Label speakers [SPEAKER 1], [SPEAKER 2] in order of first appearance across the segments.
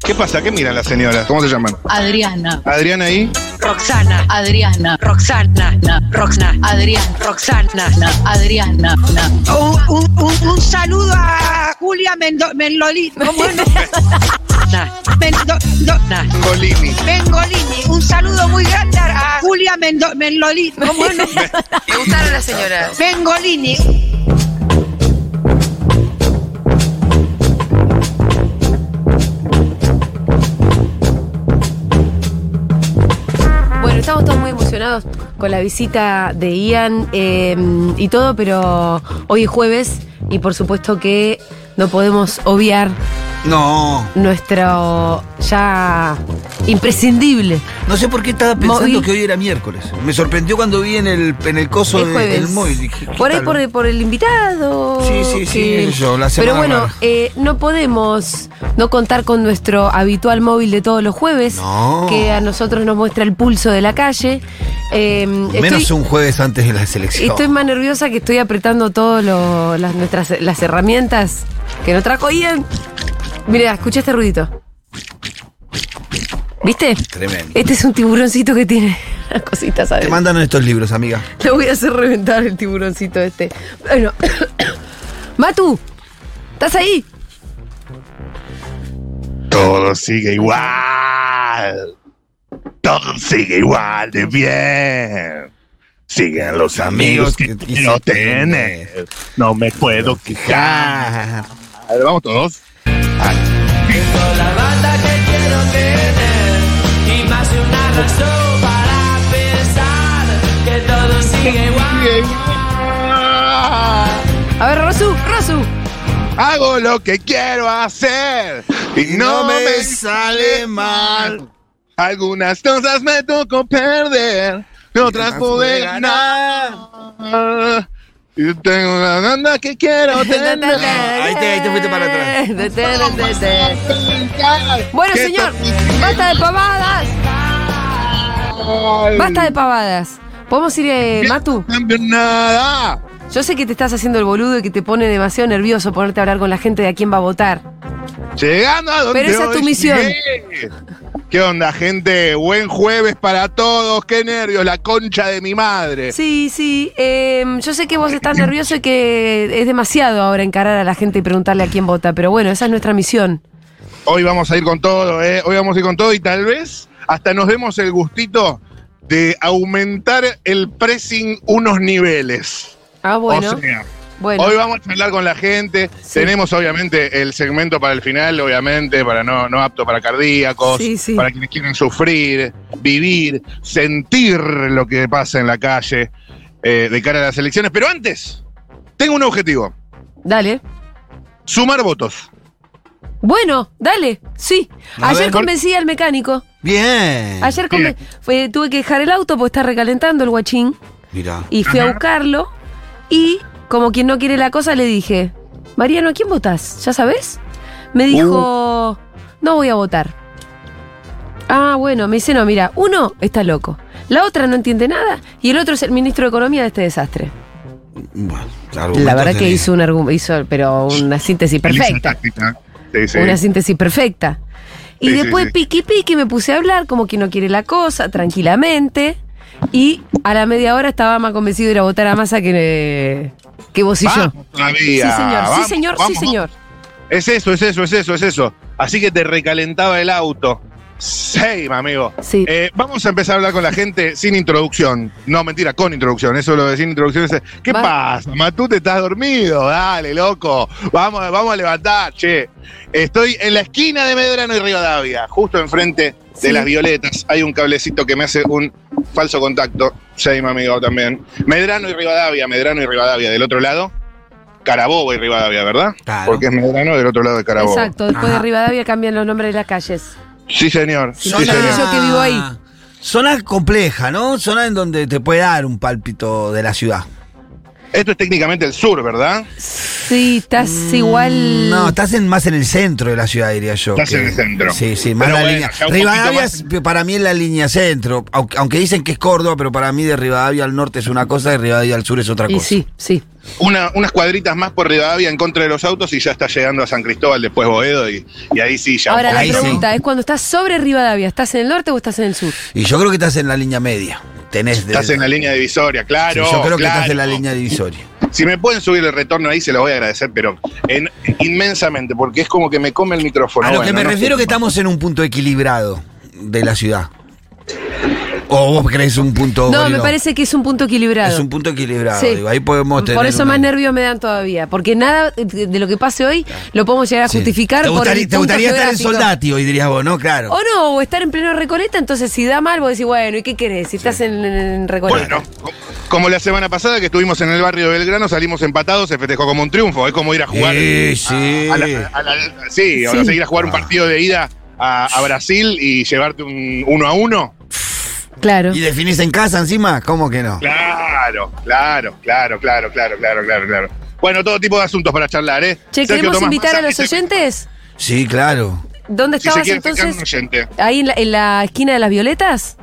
[SPEAKER 1] ¿Qué pasa? ¿Qué miran las señoras? ¿Cómo se llaman?
[SPEAKER 2] Adriana,
[SPEAKER 1] Adriana y
[SPEAKER 3] Roxana,
[SPEAKER 2] Adriana,
[SPEAKER 3] Roxana, Roxana,
[SPEAKER 2] Adriana,
[SPEAKER 3] Roxana.
[SPEAKER 2] Adriana,
[SPEAKER 3] Un, un- un- un saludo a Julia Mendo- Mendolí- ¿cómo es? Mendo- do-
[SPEAKER 1] Golini.
[SPEAKER 3] Mengolini. Un saludo muy grande a Julia Mendo- Mendolí- ¿cómo es?
[SPEAKER 4] Me gustaron las señoras.
[SPEAKER 3] Mengolini.
[SPEAKER 5] Bueno, estamos todos muy emocionados con la visita de Ian eh, y todo, pero hoy es jueves y por supuesto que no podemos obviar
[SPEAKER 6] No.
[SPEAKER 5] nuestro ya imprescindible.
[SPEAKER 6] No sé por qué estaba pensando
[SPEAKER 5] Móvil.
[SPEAKER 6] que hoy era miércoles. Me sorprendió cuando vi en el, en el coso
[SPEAKER 5] el
[SPEAKER 6] de-
[SPEAKER 5] jueves.
[SPEAKER 6] del móvil. Dije, ¿qué
[SPEAKER 5] por ahí
[SPEAKER 6] tal?
[SPEAKER 5] por el, por el invitado.
[SPEAKER 6] Sí, sí, sí,
[SPEAKER 5] que-
[SPEAKER 6] qué sé yo, la
[SPEAKER 5] Pero
[SPEAKER 6] semana
[SPEAKER 5] bueno,
[SPEAKER 6] rara.
[SPEAKER 5] eh, no podemos no contar con nuestro habitual móvil de todos los jueves,
[SPEAKER 6] No.
[SPEAKER 5] que a nosotros nos muestra el pulso de la calle. Eh,
[SPEAKER 6] Menos
[SPEAKER 5] estoy-
[SPEAKER 6] un jueves antes de la selección.
[SPEAKER 5] Estoy más nerviosa que estoy apretando todas las, nuestras las herramientas que no trajo Ian. Mira, escucha este ruidito. ¿Viste?
[SPEAKER 6] Tremendo.
[SPEAKER 5] Este es un tiburoncito que tiene las cositas
[SPEAKER 6] Te
[SPEAKER 5] adentro.
[SPEAKER 6] mandan estos libros, amiga.
[SPEAKER 5] Le voy a hacer reventar el tiburoncito este. Bueno. Matu, ¿estás ahí?
[SPEAKER 1] Todo sigue igual. Todo sigue igual de bien. Siguen los amigos que quiero tener. No me puedo quejar.
[SPEAKER 5] Ah.
[SPEAKER 1] A ver, vamos todos.
[SPEAKER 5] A ver, Rosu, Rosu.
[SPEAKER 1] Hago lo que quiero hacer y no, me, sale mal. Algunas cosas me tocó perder, y otras pude ganar. Y tengo la banda que quiero tener.
[SPEAKER 6] Ah, ahí te- ahí te fuiste para atrás.
[SPEAKER 5] Bueno,
[SPEAKER 1] ¿Qué
[SPEAKER 5] señor, basta de pavadas. Basta de pavadas. ¿Podemos ir, eh, Matu?
[SPEAKER 1] Cambio nada.
[SPEAKER 5] Yo sé que te estás haciendo el boludo y que te pone demasiado nervioso ponerte a hablar con la gente de a quién va a votar.
[SPEAKER 1] Llegando a donde
[SPEAKER 5] Pero esa es tu
[SPEAKER 1] hoy
[SPEAKER 5] misión.
[SPEAKER 1] llegué. ¿Qué onda, gente? Buen jueves para todos. Qué nervios, la concha de mi madre.
[SPEAKER 5] Sí, sí. eh, yo sé que vos estás nervioso y que es demasiado ahora encarar a la gente y preguntarle a quién vota, pero bueno, esa es nuestra misión.
[SPEAKER 1] Hoy vamos a ir con todo, ¿eh? Hoy vamos a ir con todo y tal vez hasta nos demos el gustito de aumentar el pressing unos niveles.
[SPEAKER 5] Ah, bueno.
[SPEAKER 1] O sea,
[SPEAKER 5] bueno.
[SPEAKER 1] hoy vamos a charlar con la gente.
[SPEAKER 5] Sí.
[SPEAKER 1] Tenemos obviamente el segmento para el final, obviamente, para no, no apto para cardíacos,
[SPEAKER 5] Sí, sí.
[SPEAKER 1] para quienes quieren sufrir, vivir, sentir lo que pasa en la calle eh, de cara a las elecciones. Pero antes, tengo un objetivo,
[SPEAKER 5] Dale.
[SPEAKER 1] sumar votos.
[SPEAKER 5] Bueno, dale, sí.
[SPEAKER 6] A
[SPEAKER 5] Ayer
[SPEAKER 6] ver, Eh,
[SPEAKER 5] convencí al mecánico.
[SPEAKER 6] Bien.
[SPEAKER 5] Eh. Ayer conven- fue- tuve que dejar el auto porque está recalentando el guachín.
[SPEAKER 6] Mira.
[SPEAKER 5] Y fui a buscarlo. Y como quien no quiere la cosa, le dije, Mariano, ¿a quién votás? ¿Ya sabes? Me dijo, no voy a votar. Ah, bueno, me dice, no, mira, uno está loco, la otra no entiende nada y el otro es el ministro de Economía de este desastre.
[SPEAKER 6] Bueno,
[SPEAKER 5] La
[SPEAKER 6] argumentos
[SPEAKER 5] verdad que
[SPEAKER 6] tenés.
[SPEAKER 5] hizo un argumento, hizo, pero una síntesis
[SPEAKER 1] Elisa
[SPEAKER 5] perfecta.
[SPEAKER 1] Táctica. Sí, sí.
[SPEAKER 5] Una síntesis perfecta. Y
[SPEAKER 1] Sí, sí,
[SPEAKER 5] después
[SPEAKER 1] sí.
[SPEAKER 5] piqui piqui me puse a hablar como que no quiere la cosa, tranquilamente. Y a la media hora estaba más convencido de ir a votar a Massa que, que vos y yo.
[SPEAKER 1] Vamos
[SPEAKER 5] Sí,
[SPEAKER 1] todavía.
[SPEAKER 5] señor,
[SPEAKER 1] Vamos,
[SPEAKER 5] sí, señor,
[SPEAKER 1] vamos,
[SPEAKER 5] sí, señor.
[SPEAKER 1] Es eso, es eso, es eso, es eso. Así que te recalentaba el auto. Same, amigo.
[SPEAKER 5] Sí.
[SPEAKER 1] Eh, vamos a empezar a hablar con la gente sin introducción. No, mentira, con introducción. Eso lo de sin introducción es. ¿Qué
[SPEAKER 5] Va-
[SPEAKER 1] pasa, Matú? Te estás dormido. Dale, loco. Vamos, vamos a levantar, che. Estoy en la esquina de Medrano y Rivadavia, justo enfrente
[SPEAKER 5] Sí.
[SPEAKER 1] de las violetas. Hay un cablecito que me hace un falso contacto. Same, amigo, también. Medrano y Rivadavia, Medrano y Rivadavia. Del otro lado, Carabobo y Rivadavia, ¿verdad?
[SPEAKER 6] Claro.
[SPEAKER 1] Porque es Medrano del otro lado de Carabobo.
[SPEAKER 5] Exacto, después de
[SPEAKER 6] Ajá.
[SPEAKER 5] Rivadavia cambian los nombres de las calles.
[SPEAKER 1] Sí, señor. Sí,
[SPEAKER 5] no,
[SPEAKER 6] Zona-
[SPEAKER 1] señor.
[SPEAKER 5] Yo que vivo ahí.
[SPEAKER 6] Zona compleja, ¿no? Zona en donde te puede dar un pálpito de la ciudad.
[SPEAKER 1] Esto es técnicamente el sur, ¿verdad?
[SPEAKER 5] Sí, estás igual.
[SPEAKER 6] No, estás en- más en el centro de la ciudad, diría yo.
[SPEAKER 1] Estás en el centro.
[SPEAKER 6] Sí, sí,
[SPEAKER 1] Pero
[SPEAKER 6] más la
[SPEAKER 1] bueno,
[SPEAKER 6] línea.
[SPEAKER 1] ya un
[SPEAKER 6] Rivadavia,
[SPEAKER 1] poquito
[SPEAKER 6] es- para mí es la línea centro. Aunque, aunque dicen que es Córdoba, pero para mí de Rivadavia al norte es una cosa y Rivadavia al sur es otra
[SPEAKER 5] Y
[SPEAKER 6] cosa.
[SPEAKER 5] sí, sí.
[SPEAKER 1] Una- unas cuadritas más por Rivadavia en contra de los autos y ya está llegando a San Cristóbal, después Boedo y, y ahí sí ya.
[SPEAKER 5] Ahora la
[SPEAKER 6] ahí sí.
[SPEAKER 5] pregunta es cuando estás sobre Rivadavia, ¿estás en el norte o estás en el sur?
[SPEAKER 6] Y yo creo que estás en la línea media. Tenés de-
[SPEAKER 1] Estás en la línea divisoria,
[SPEAKER 6] Sí,
[SPEAKER 1] claro.
[SPEAKER 6] yo creo que
[SPEAKER 1] claro.
[SPEAKER 6] estás en la línea divisoria.
[SPEAKER 1] Si me pueden subir el retorno ahí, se los voy a agradecer, pero en- inmensamente, porque es como que me come el micrófono.
[SPEAKER 6] A lo que
[SPEAKER 1] Bueno,
[SPEAKER 6] me
[SPEAKER 1] no
[SPEAKER 6] refiero
[SPEAKER 1] sé.
[SPEAKER 6] que estamos en un punto equilibrado de la ciudad. ¿O vos crees un punto
[SPEAKER 5] no, me
[SPEAKER 6] bálido?
[SPEAKER 5] parece que es un punto equilibrado.
[SPEAKER 6] Es un punto equilibrado.
[SPEAKER 5] Sí.
[SPEAKER 6] digo, ahí podemos tener
[SPEAKER 5] Por eso
[SPEAKER 6] una-
[SPEAKER 5] más nervios me dan todavía, porque nada de de lo que pase hoy lo podemos llegar a
[SPEAKER 6] Sí.
[SPEAKER 5] justificar
[SPEAKER 6] ¿Te
[SPEAKER 5] por el
[SPEAKER 6] gustaría, te
[SPEAKER 5] punto
[SPEAKER 6] gustaría estar en
[SPEAKER 5] geográfico.
[SPEAKER 6] Soldati hoy, dirías vos, ¿no? Claro.
[SPEAKER 5] O no, o estar en pleno Recoleta, entonces si da mal vos decís, bueno, ¿y qué querés? Si estás en, en Recoleta.
[SPEAKER 1] Bueno, co- como la semana pasada que estuvimos en el barrio de Belgrano, salimos empatados, se festejó como un triunfo. Es como ir a jugar.
[SPEAKER 6] Sí,
[SPEAKER 1] a-
[SPEAKER 6] sí.
[SPEAKER 1] a la- a la- sí, o
[SPEAKER 5] Sí.
[SPEAKER 1] no sé, ir a jugar un
[SPEAKER 6] Ah.
[SPEAKER 1] partido de ida a, a Brasil y llevarte un uno a uno.
[SPEAKER 5] Claro.
[SPEAKER 6] ¿Y definís en casa encima? ¿Cómo que no?
[SPEAKER 1] Claro, claro, claro, claro, claro, claro, claro, claro. Bueno, todo tipo de asuntos para charlar, ¿eh?
[SPEAKER 5] Che,
[SPEAKER 1] Sergio
[SPEAKER 5] ¿queremos
[SPEAKER 1] Tomás
[SPEAKER 5] invitar a
[SPEAKER 1] Mazzarri
[SPEAKER 5] los
[SPEAKER 1] se-
[SPEAKER 5] oyentes?
[SPEAKER 6] Sí, claro.
[SPEAKER 5] ¿Dónde
[SPEAKER 1] Si se
[SPEAKER 5] estabas
[SPEAKER 1] quiere este acercar un
[SPEAKER 5] entonces?
[SPEAKER 1] oyente.
[SPEAKER 5] ¿Ahí en la, en la esquina de las violetas?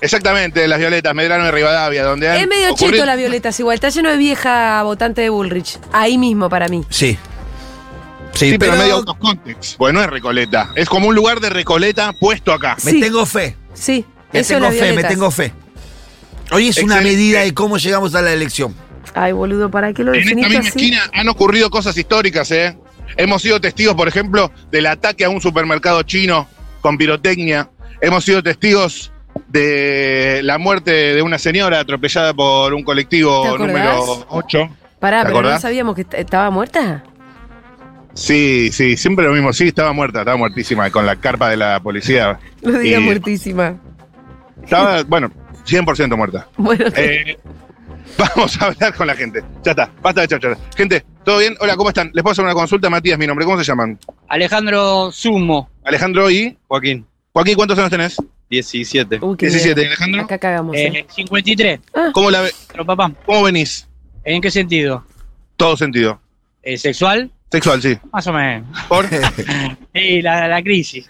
[SPEAKER 1] Exactamente, las violetas, Medrano y Rivadavia, donde han
[SPEAKER 5] Es medio
[SPEAKER 1] ocurrido-
[SPEAKER 5] cheto las violetas, igual, está lleno de vieja votante de Bullrich. Ahí mismo para mí.
[SPEAKER 6] Sí.
[SPEAKER 1] Sí, pero, medio out of context. Bueno, no es Recoleta. Es como un lugar de Recoleta puesto acá.
[SPEAKER 6] Me
[SPEAKER 5] Sí.
[SPEAKER 6] tengo fe.
[SPEAKER 5] Sí,
[SPEAKER 6] Me
[SPEAKER 5] eso de
[SPEAKER 6] tengo
[SPEAKER 5] las
[SPEAKER 6] fe, me
[SPEAKER 5] violetas.
[SPEAKER 6] tengo fe. Hoy es una
[SPEAKER 1] Excelente.
[SPEAKER 6] medida de cómo llegamos a la elección.
[SPEAKER 5] Ay, boludo, ¿para qué lo
[SPEAKER 1] En esta
[SPEAKER 5] definiste
[SPEAKER 1] misma
[SPEAKER 5] así?
[SPEAKER 1] esquina han ocurrido cosas históricas, ¿eh? Hemos sido testigos, por ejemplo, del ataque a un supermercado chino con pirotecnia. Hemos sido testigos de la muerte de una señora atropellada por un
[SPEAKER 5] ¿Te
[SPEAKER 1] colectivo
[SPEAKER 5] acordás?
[SPEAKER 1] número 8.
[SPEAKER 5] Pará,
[SPEAKER 1] ¿Te
[SPEAKER 5] pero no
[SPEAKER 1] acordás?
[SPEAKER 5] sabíamos que est- estaba muerta.
[SPEAKER 1] Sí, sí, siempre lo mismo. Sí, estaba muerta, estaba muertísima con la carpa de la policía.
[SPEAKER 5] Lo diga
[SPEAKER 1] Y-
[SPEAKER 5] muertísima.
[SPEAKER 1] Estaba, bueno, 100% muerta.
[SPEAKER 5] Bueno,
[SPEAKER 1] Eh, vamos a hablar con la gente. Ya está, basta de chachar. Gente, ¿todo bien? Hola, ¿cómo están? Les puedo hacer una consulta. Matías, mi nombre. ¿Cómo se llaman?
[SPEAKER 7] Alejandro Sumo.
[SPEAKER 1] Alejandro y
[SPEAKER 7] Joaquín,
[SPEAKER 1] Joaquín, ¿cuántos años tenés?
[SPEAKER 7] 17.
[SPEAKER 5] uy, Uh, qué
[SPEAKER 1] 17,
[SPEAKER 5] miedo.
[SPEAKER 1] Alejandro.
[SPEAKER 5] Acá cagamos. eh.
[SPEAKER 7] Eh, 53.
[SPEAKER 5] Ah.
[SPEAKER 1] ¿Cómo, la ve-
[SPEAKER 7] Pero papá,
[SPEAKER 1] ¿Cómo venís?
[SPEAKER 7] ¿en qué sentido?
[SPEAKER 1] Todo sentido.
[SPEAKER 7] Eh, ¿Sexual?
[SPEAKER 1] Sexual, sí.
[SPEAKER 7] Más o menos.
[SPEAKER 1] ¿Por
[SPEAKER 7] Y la, la crisis.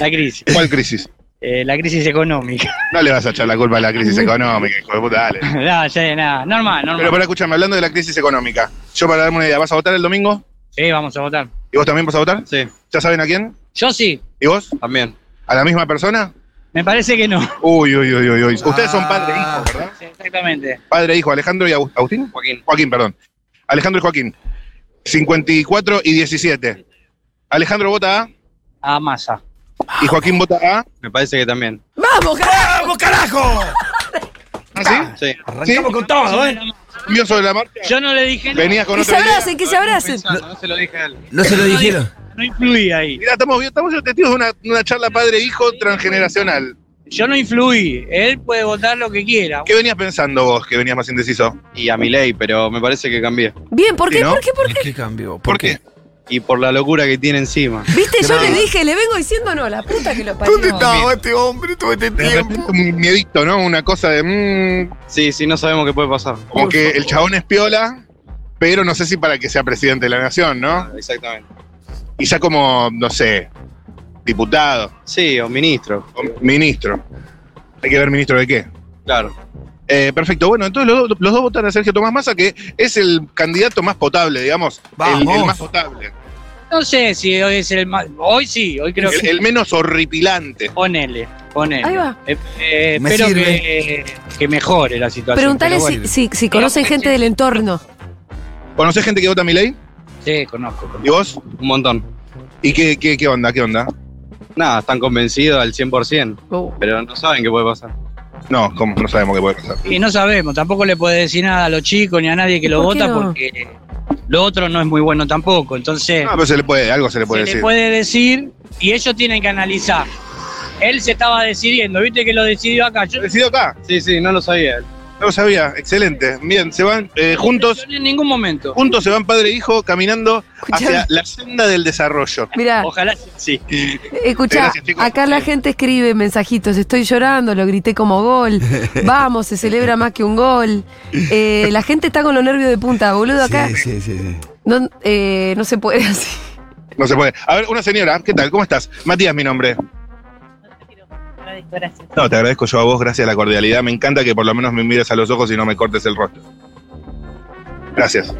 [SPEAKER 7] La crisis.
[SPEAKER 1] cuál crisis?
[SPEAKER 7] Eh, la crisis económica.
[SPEAKER 1] No le vas a echar la culpa a la crisis económica, hijo de puta, dale.
[SPEAKER 7] no, ya, nada. Normal, normal.
[SPEAKER 1] Pero para escucharme, hablando de la crisis económica, yo para darme una idea, ¿vas a votar el domingo?
[SPEAKER 7] Sí, vamos a votar.
[SPEAKER 1] ¿Y vos también vas a votar?
[SPEAKER 7] Sí.
[SPEAKER 1] ¿Ya saben a quién?
[SPEAKER 7] Yo sí.
[SPEAKER 1] ¿Y vos?
[SPEAKER 7] También.
[SPEAKER 1] ¿A la misma persona?
[SPEAKER 7] Me parece que no.
[SPEAKER 1] Uy, uy, uy, uy, uy. Ustedes son
[SPEAKER 6] Ah.
[SPEAKER 1] padre e hijo, ¿verdad?
[SPEAKER 7] Sí, Exactamente.
[SPEAKER 1] Padre, e hijo, Alejandro y Agus- Agustín.
[SPEAKER 7] Joaquín.
[SPEAKER 1] Joaquín, perdón. Alejandro y Joaquín. 54 y 17. Alejandro vota A
[SPEAKER 7] A masa.
[SPEAKER 1] y Joaquín vota A.
[SPEAKER 7] Me parece que también.
[SPEAKER 5] ¡Vamos, carajo!
[SPEAKER 6] ¡Vamos, carajo!
[SPEAKER 1] ¿Ah, sí?
[SPEAKER 7] Sí.
[SPEAKER 6] Arrancamos con todo, ¿eh?
[SPEAKER 1] ¿Cambió sobre la marcha?
[SPEAKER 7] Yo no le dije nada.
[SPEAKER 1] Venías con
[SPEAKER 5] Que se
[SPEAKER 1] otra idea.
[SPEAKER 5] abracen, que se abracen.
[SPEAKER 7] No se lo dije a él.
[SPEAKER 6] No se lo dijeron.
[SPEAKER 7] No influí ahí.
[SPEAKER 1] Mirá, estamos, estamos siendo testigos de una, una charla padre-hijo transgeneracional.
[SPEAKER 7] Yo no influí. Él puede votar lo que quiera.
[SPEAKER 1] ¿Qué venías pensando vos que venías más indeciso?
[SPEAKER 8] y a mi ley, pero me parece que cambié.
[SPEAKER 5] Bien, ¿por
[SPEAKER 1] Sí,
[SPEAKER 5] qué?
[SPEAKER 1] ¿no?
[SPEAKER 5] ¿Por qué? ¿Por qué?
[SPEAKER 6] qué cambió?
[SPEAKER 1] ¿Por qué?
[SPEAKER 8] Y por la locura que tiene encima.
[SPEAKER 5] Viste, yo
[SPEAKER 1] No.
[SPEAKER 5] le dije, le vengo diciendo no, la puta que lo parió.
[SPEAKER 6] ¿Dónde estaba este hombre todo este
[SPEAKER 1] De
[SPEAKER 6] tiempo?
[SPEAKER 1] repente un miedito, ¿no? Una cosa de. mm,
[SPEAKER 8] Sí, sí, no sabemos qué puede pasar.
[SPEAKER 1] como que el chabón es piola, pero no sé si para que sea presidente de la nación, ¿no?
[SPEAKER 8] Exactamente.
[SPEAKER 1] Y ya como, no sé, diputado.
[SPEAKER 8] Sí, o ministro,
[SPEAKER 1] O Ministro. Hay que ver ministro de qué.
[SPEAKER 8] claro.
[SPEAKER 1] Eh, perfecto, bueno, entonces los, dos- los dos votan a Sergio Tomás Massa, que es el candidato más potable, digamos. El- El,
[SPEAKER 6] Vamos.
[SPEAKER 1] más potable.
[SPEAKER 7] No sé si hoy es el más. Hoy sí, hoy creo
[SPEAKER 1] El,
[SPEAKER 7] que.
[SPEAKER 1] el menos horripilante.
[SPEAKER 7] Ponele, ponele.
[SPEAKER 5] Ahí va.
[SPEAKER 7] Eh, eh,
[SPEAKER 6] Me
[SPEAKER 7] espero
[SPEAKER 6] sirve.
[SPEAKER 7] que, que mejore la situación.
[SPEAKER 5] Preguntale
[SPEAKER 7] pero
[SPEAKER 5] si,
[SPEAKER 7] bueno.
[SPEAKER 5] si, si conocen gente del entorno.
[SPEAKER 1] ¿Conocés gente que vota a mi ley?
[SPEAKER 7] Sí, conozco. conozco.
[SPEAKER 1] ¿Y vos?
[SPEAKER 8] Un montón.
[SPEAKER 1] ¿Y qué, qué, qué onda? ¿Qué onda?
[SPEAKER 8] Nada, están convencidos al 100%,
[SPEAKER 7] Oh.
[SPEAKER 8] pero no saben qué puede pasar.
[SPEAKER 1] No, ¿cómo? no sabemos qué puede pasar.
[SPEAKER 7] Y no sabemos, tampoco le puede decir nada a los chicos ni a nadie que lo
[SPEAKER 5] ¿Por qué
[SPEAKER 7] vota
[SPEAKER 5] no?
[SPEAKER 7] porque lo otro no es muy bueno tampoco. Entonces,
[SPEAKER 1] No, pero se le puede, algo se le
[SPEAKER 7] se
[SPEAKER 1] puede decir.
[SPEAKER 7] le puede decir y ellos tienen que analizar. Él se estaba decidiendo, viste que lo decidió acá. Yo,
[SPEAKER 1] ¿Decidió acá?
[SPEAKER 8] Sí, sí, no lo sabía él.
[SPEAKER 1] No No sabía, excelente. Bien, se van eh, juntos,
[SPEAKER 7] En ningún momento.
[SPEAKER 1] juntos se van padre e hijo caminando hacia
[SPEAKER 5] Escuchame.
[SPEAKER 1] la senda del desarrollo.
[SPEAKER 5] Mira,
[SPEAKER 7] Ojalá sí, sí.
[SPEAKER 5] escucha,
[SPEAKER 1] Gracias, chicos.
[SPEAKER 5] acá la gente escribe mensajitos, estoy llorando, lo grité como gol, vamos, se celebra más que un gol. Eh, la gente está con los nervios de punta, boludo, acá
[SPEAKER 6] Sí, sí, sí, sí.
[SPEAKER 5] no, eh, no se puede así.
[SPEAKER 1] No se puede. A ver, una señora, ¿qué tal? ¿Cómo estás? Matías, mi nombre. No, te agradezco yo a vos, gracias a la cordialidad. Me encanta que por lo menos me mires a los ojos y no me cortes el rostro. Gracias.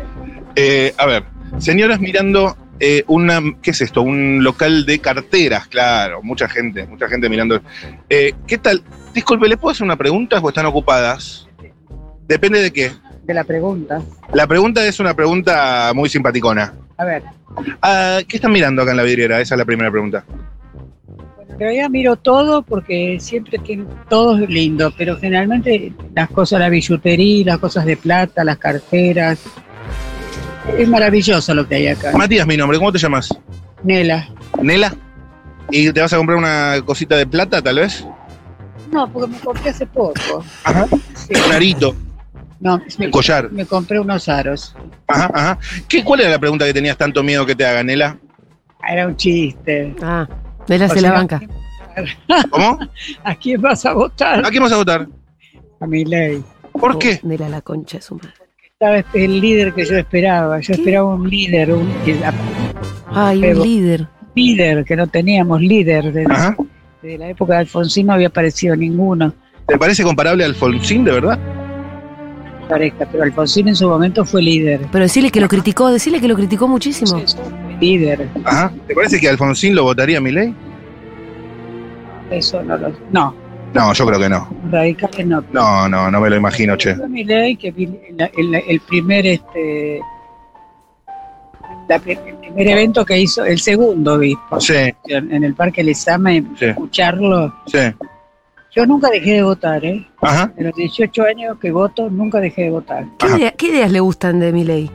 [SPEAKER 1] Eh, a ver, señoras mirando eh, una, ¿qué es esto? Un local de carteras, claro, mucha gente, mucha gente mirando. Eh, ¿Qué tal? Disculpe, ¿le puedo hacer una pregunta o están ocupadas? Depende de qué.
[SPEAKER 9] de la pregunta.
[SPEAKER 1] La pregunta es una pregunta muy simpaticona.
[SPEAKER 9] A ver,
[SPEAKER 1] Ah, ¿Qué están mirando acá en la vidriera? Esa es la primera pregunta.
[SPEAKER 9] en realidad miro todo porque siempre tiene, todo es lindo, pero generalmente las cosas, la billutería, las cosas de plata, las carteras. Es maravilloso lo que hay acá.
[SPEAKER 1] Matías, mi nombre, ¿cómo te llamas?
[SPEAKER 9] Nela.
[SPEAKER 1] Nela. ¿Y te vas a comprar una cosita de plata, tal vez?
[SPEAKER 9] No, porque me compré hace poco.
[SPEAKER 1] Ajá.
[SPEAKER 9] Sí.
[SPEAKER 1] Un arito,
[SPEAKER 9] No, me,
[SPEAKER 1] un collar.
[SPEAKER 9] me compré unos aros.
[SPEAKER 1] Ajá, ajá. ¿Qué, ¿Cuál era la pregunta que tenías tanto miedo que te haga, Nela?
[SPEAKER 9] Ah, Era un chiste.
[SPEAKER 5] Ah, de
[SPEAKER 9] O
[SPEAKER 5] la hace
[SPEAKER 9] sea,
[SPEAKER 5] la banca.
[SPEAKER 1] ¿Cómo?
[SPEAKER 9] ¿A quién vas a votar?
[SPEAKER 1] ¿A quién vas a votar?
[SPEAKER 9] A mi ley.
[SPEAKER 1] ¿Por qué?
[SPEAKER 5] De la, la concha de su madre.
[SPEAKER 9] Estaba el líder que yo esperaba. Yo
[SPEAKER 5] ¿Qué?
[SPEAKER 9] esperaba un líder, un
[SPEAKER 5] Ay, un
[SPEAKER 9] Pero-
[SPEAKER 5] líder.
[SPEAKER 9] líder que no teníamos líder. de-
[SPEAKER 1] Ajá.
[SPEAKER 9] Desde la época de Alfonsín no había aparecido ninguno
[SPEAKER 1] ¿Te parece comparable a Alfonsín, de verdad?
[SPEAKER 9] pareja, pero Alfonsín en su momento fue líder.
[SPEAKER 5] Pero decirle que lo criticó, decirle que lo criticó muchísimo.
[SPEAKER 9] Líder,
[SPEAKER 1] Ajá. ¿Te parece que Alfonsín lo votaría mi ley?
[SPEAKER 9] eso no lo. No,
[SPEAKER 1] No, yo creo que no.
[SPEAKER 9] radicales no.
[SPEAKER 1] No, no, no me lo imagino, che.
[SPEAKER 9] Fue Milei que vi- la- el, el primer este la pri- el primer evento que hizo, el segundo vi por
[SPEAKER 1] Sí,
[SPEAKER 9] televisión, en el Parque Lezama, y
[SPEAKER 1] Sí.
[SPEAKER 9] escucharlo.
[SPEAKER 1] sí.
[SPEAKER 9] Yo nunca dejé de votar, ¿eh?
[SPEAKER 1] Ajá.
[SPEAKER 9] De los 18 años que voto, nunca dejé de votar.
[SPEAKER 5] ¿Qué,
[SPEAKER 1] Ajá.
[SPEAKER 5] idea- qué ideas le gustan de Milei?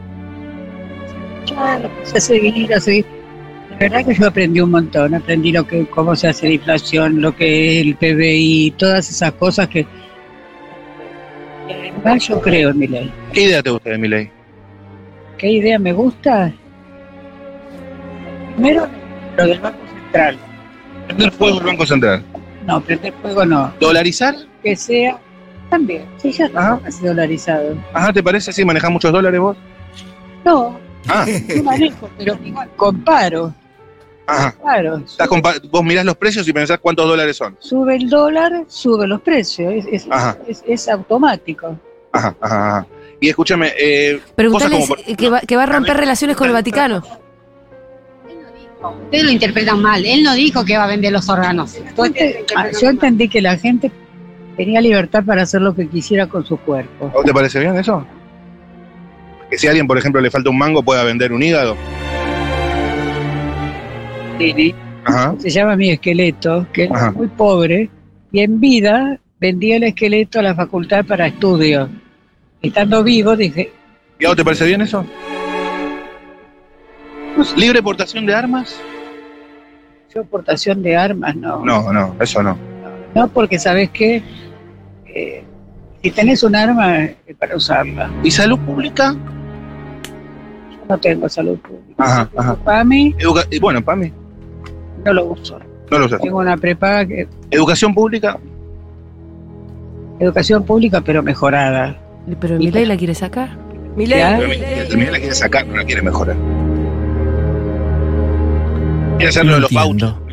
[SPEAKER 9] Claro, a seguir, a seguir. La verdad que yo aprendí un montón, aprendí lo que, cómo se hace la inflación, lo que es el PBI, todas esas cosas que que además yo creo en mi ley.
[SPEAKER 1] ¿Qué idea te gusta de mi ley?
[SPEAKER 9] ¿Qué idea me gusta? Primero, lo del Banco Central.
[SPEAKER 1] Prender fuego el Banco Central.
[SPEAKER 9] No, prender fuego no.
[SPEAKER 1] ¿Dolarizar?
[SPEAKER 9] Que sea también. Sí, ya
[SPEAKER 1] Ajá.
[SPEAKER 9] está casi dolarizado.
[SPEAKER 1] Ajá, ¿te parece? Sí, manejás muchos dólares vos.
[SPEAKER 9] No,
[SPEAKER 1] Ah,
[SPEAKER 9] no manejo, pero igual comparo.
[SPEAKER 1] ajá.
[SPEAKER 9] Comparo.
[SPEAKER 1] Estás compa- vos mirás los precios y pensás cuántos dólares son.
[SPEAKER 9] Sube el dólar, sube los precios. Es, es-
[SPEAKER 1] Ajá.
[SPEAKER 9] es- es automático.
[SPEAKER 1] Ajá, ajá, ajá. Y escúchame, eh,
[SPEAKER 5] Preguntarle
[SPEAKER 1] como por-
[SPEAKER 5] que, va, que va a romper relaciones con el Vaticano.
[SPEAKER 10] Ustedes lo interpretan mal. Él no dijo que va a vender los órganos.
[SPEAKER 9] Entonces, ah, yo entendí que la gente tenía libertad para hacer lo que quisiera con su cuerpo.
[SPEAKER 1] ¿a vos te parece bien eso? Que si a alguien, por ejemplo, le falta un mango, pueda vender un hígado. Ajá.
[SPEAKER 9] Se llama mi esqueleto, que él
[SPEAKER 1] Ajá.
[SPEAKER 9] es muy pobre, y en vida vendía el esqueleto a la facultad para estudios. Estando vivo, dije,
[SPEAKER 1] ¿Y a vos te parece bien eso? Pues, ¿Libre portación de armas?
[SPEAKER 9] yo portación de armas, no.
[SPEAKER 1] No, no, eso no.
[SPEAKER 9] No, porque sabes qué, Eh, si tenés un arma, es para usarla.
[SPEAKER 1] ¿Y salud pública?
[SPEAKER 9] Yo no tengo salud pública.
[SPEAKER 1] Ajá, ajá.
[SPEAKER 9] Para mí,
[SPEAKER 1] Educa- y bueno, para mí,
[SPEAKER 9] no lo uso.
[SPEAKER 1] no lo usas.
[SPEAKER 9] Tengo una prepaga, eh, que-
[SPEAKER 1] ¿Educación pública?
[SPEAKER 9] educación pública, pero mejorada. pues
[SPEAKER 5] Pero Milei la quiere sacar.
[SPEAKER 9] ¿Ya?
[SPEAKER 1] Pero mira, mira, la quiere sacar, no la quiere mejorar. Quiere hacerlo de los
[SPEAKER 6] Entiendo.
[SPEAKER 1] bautos,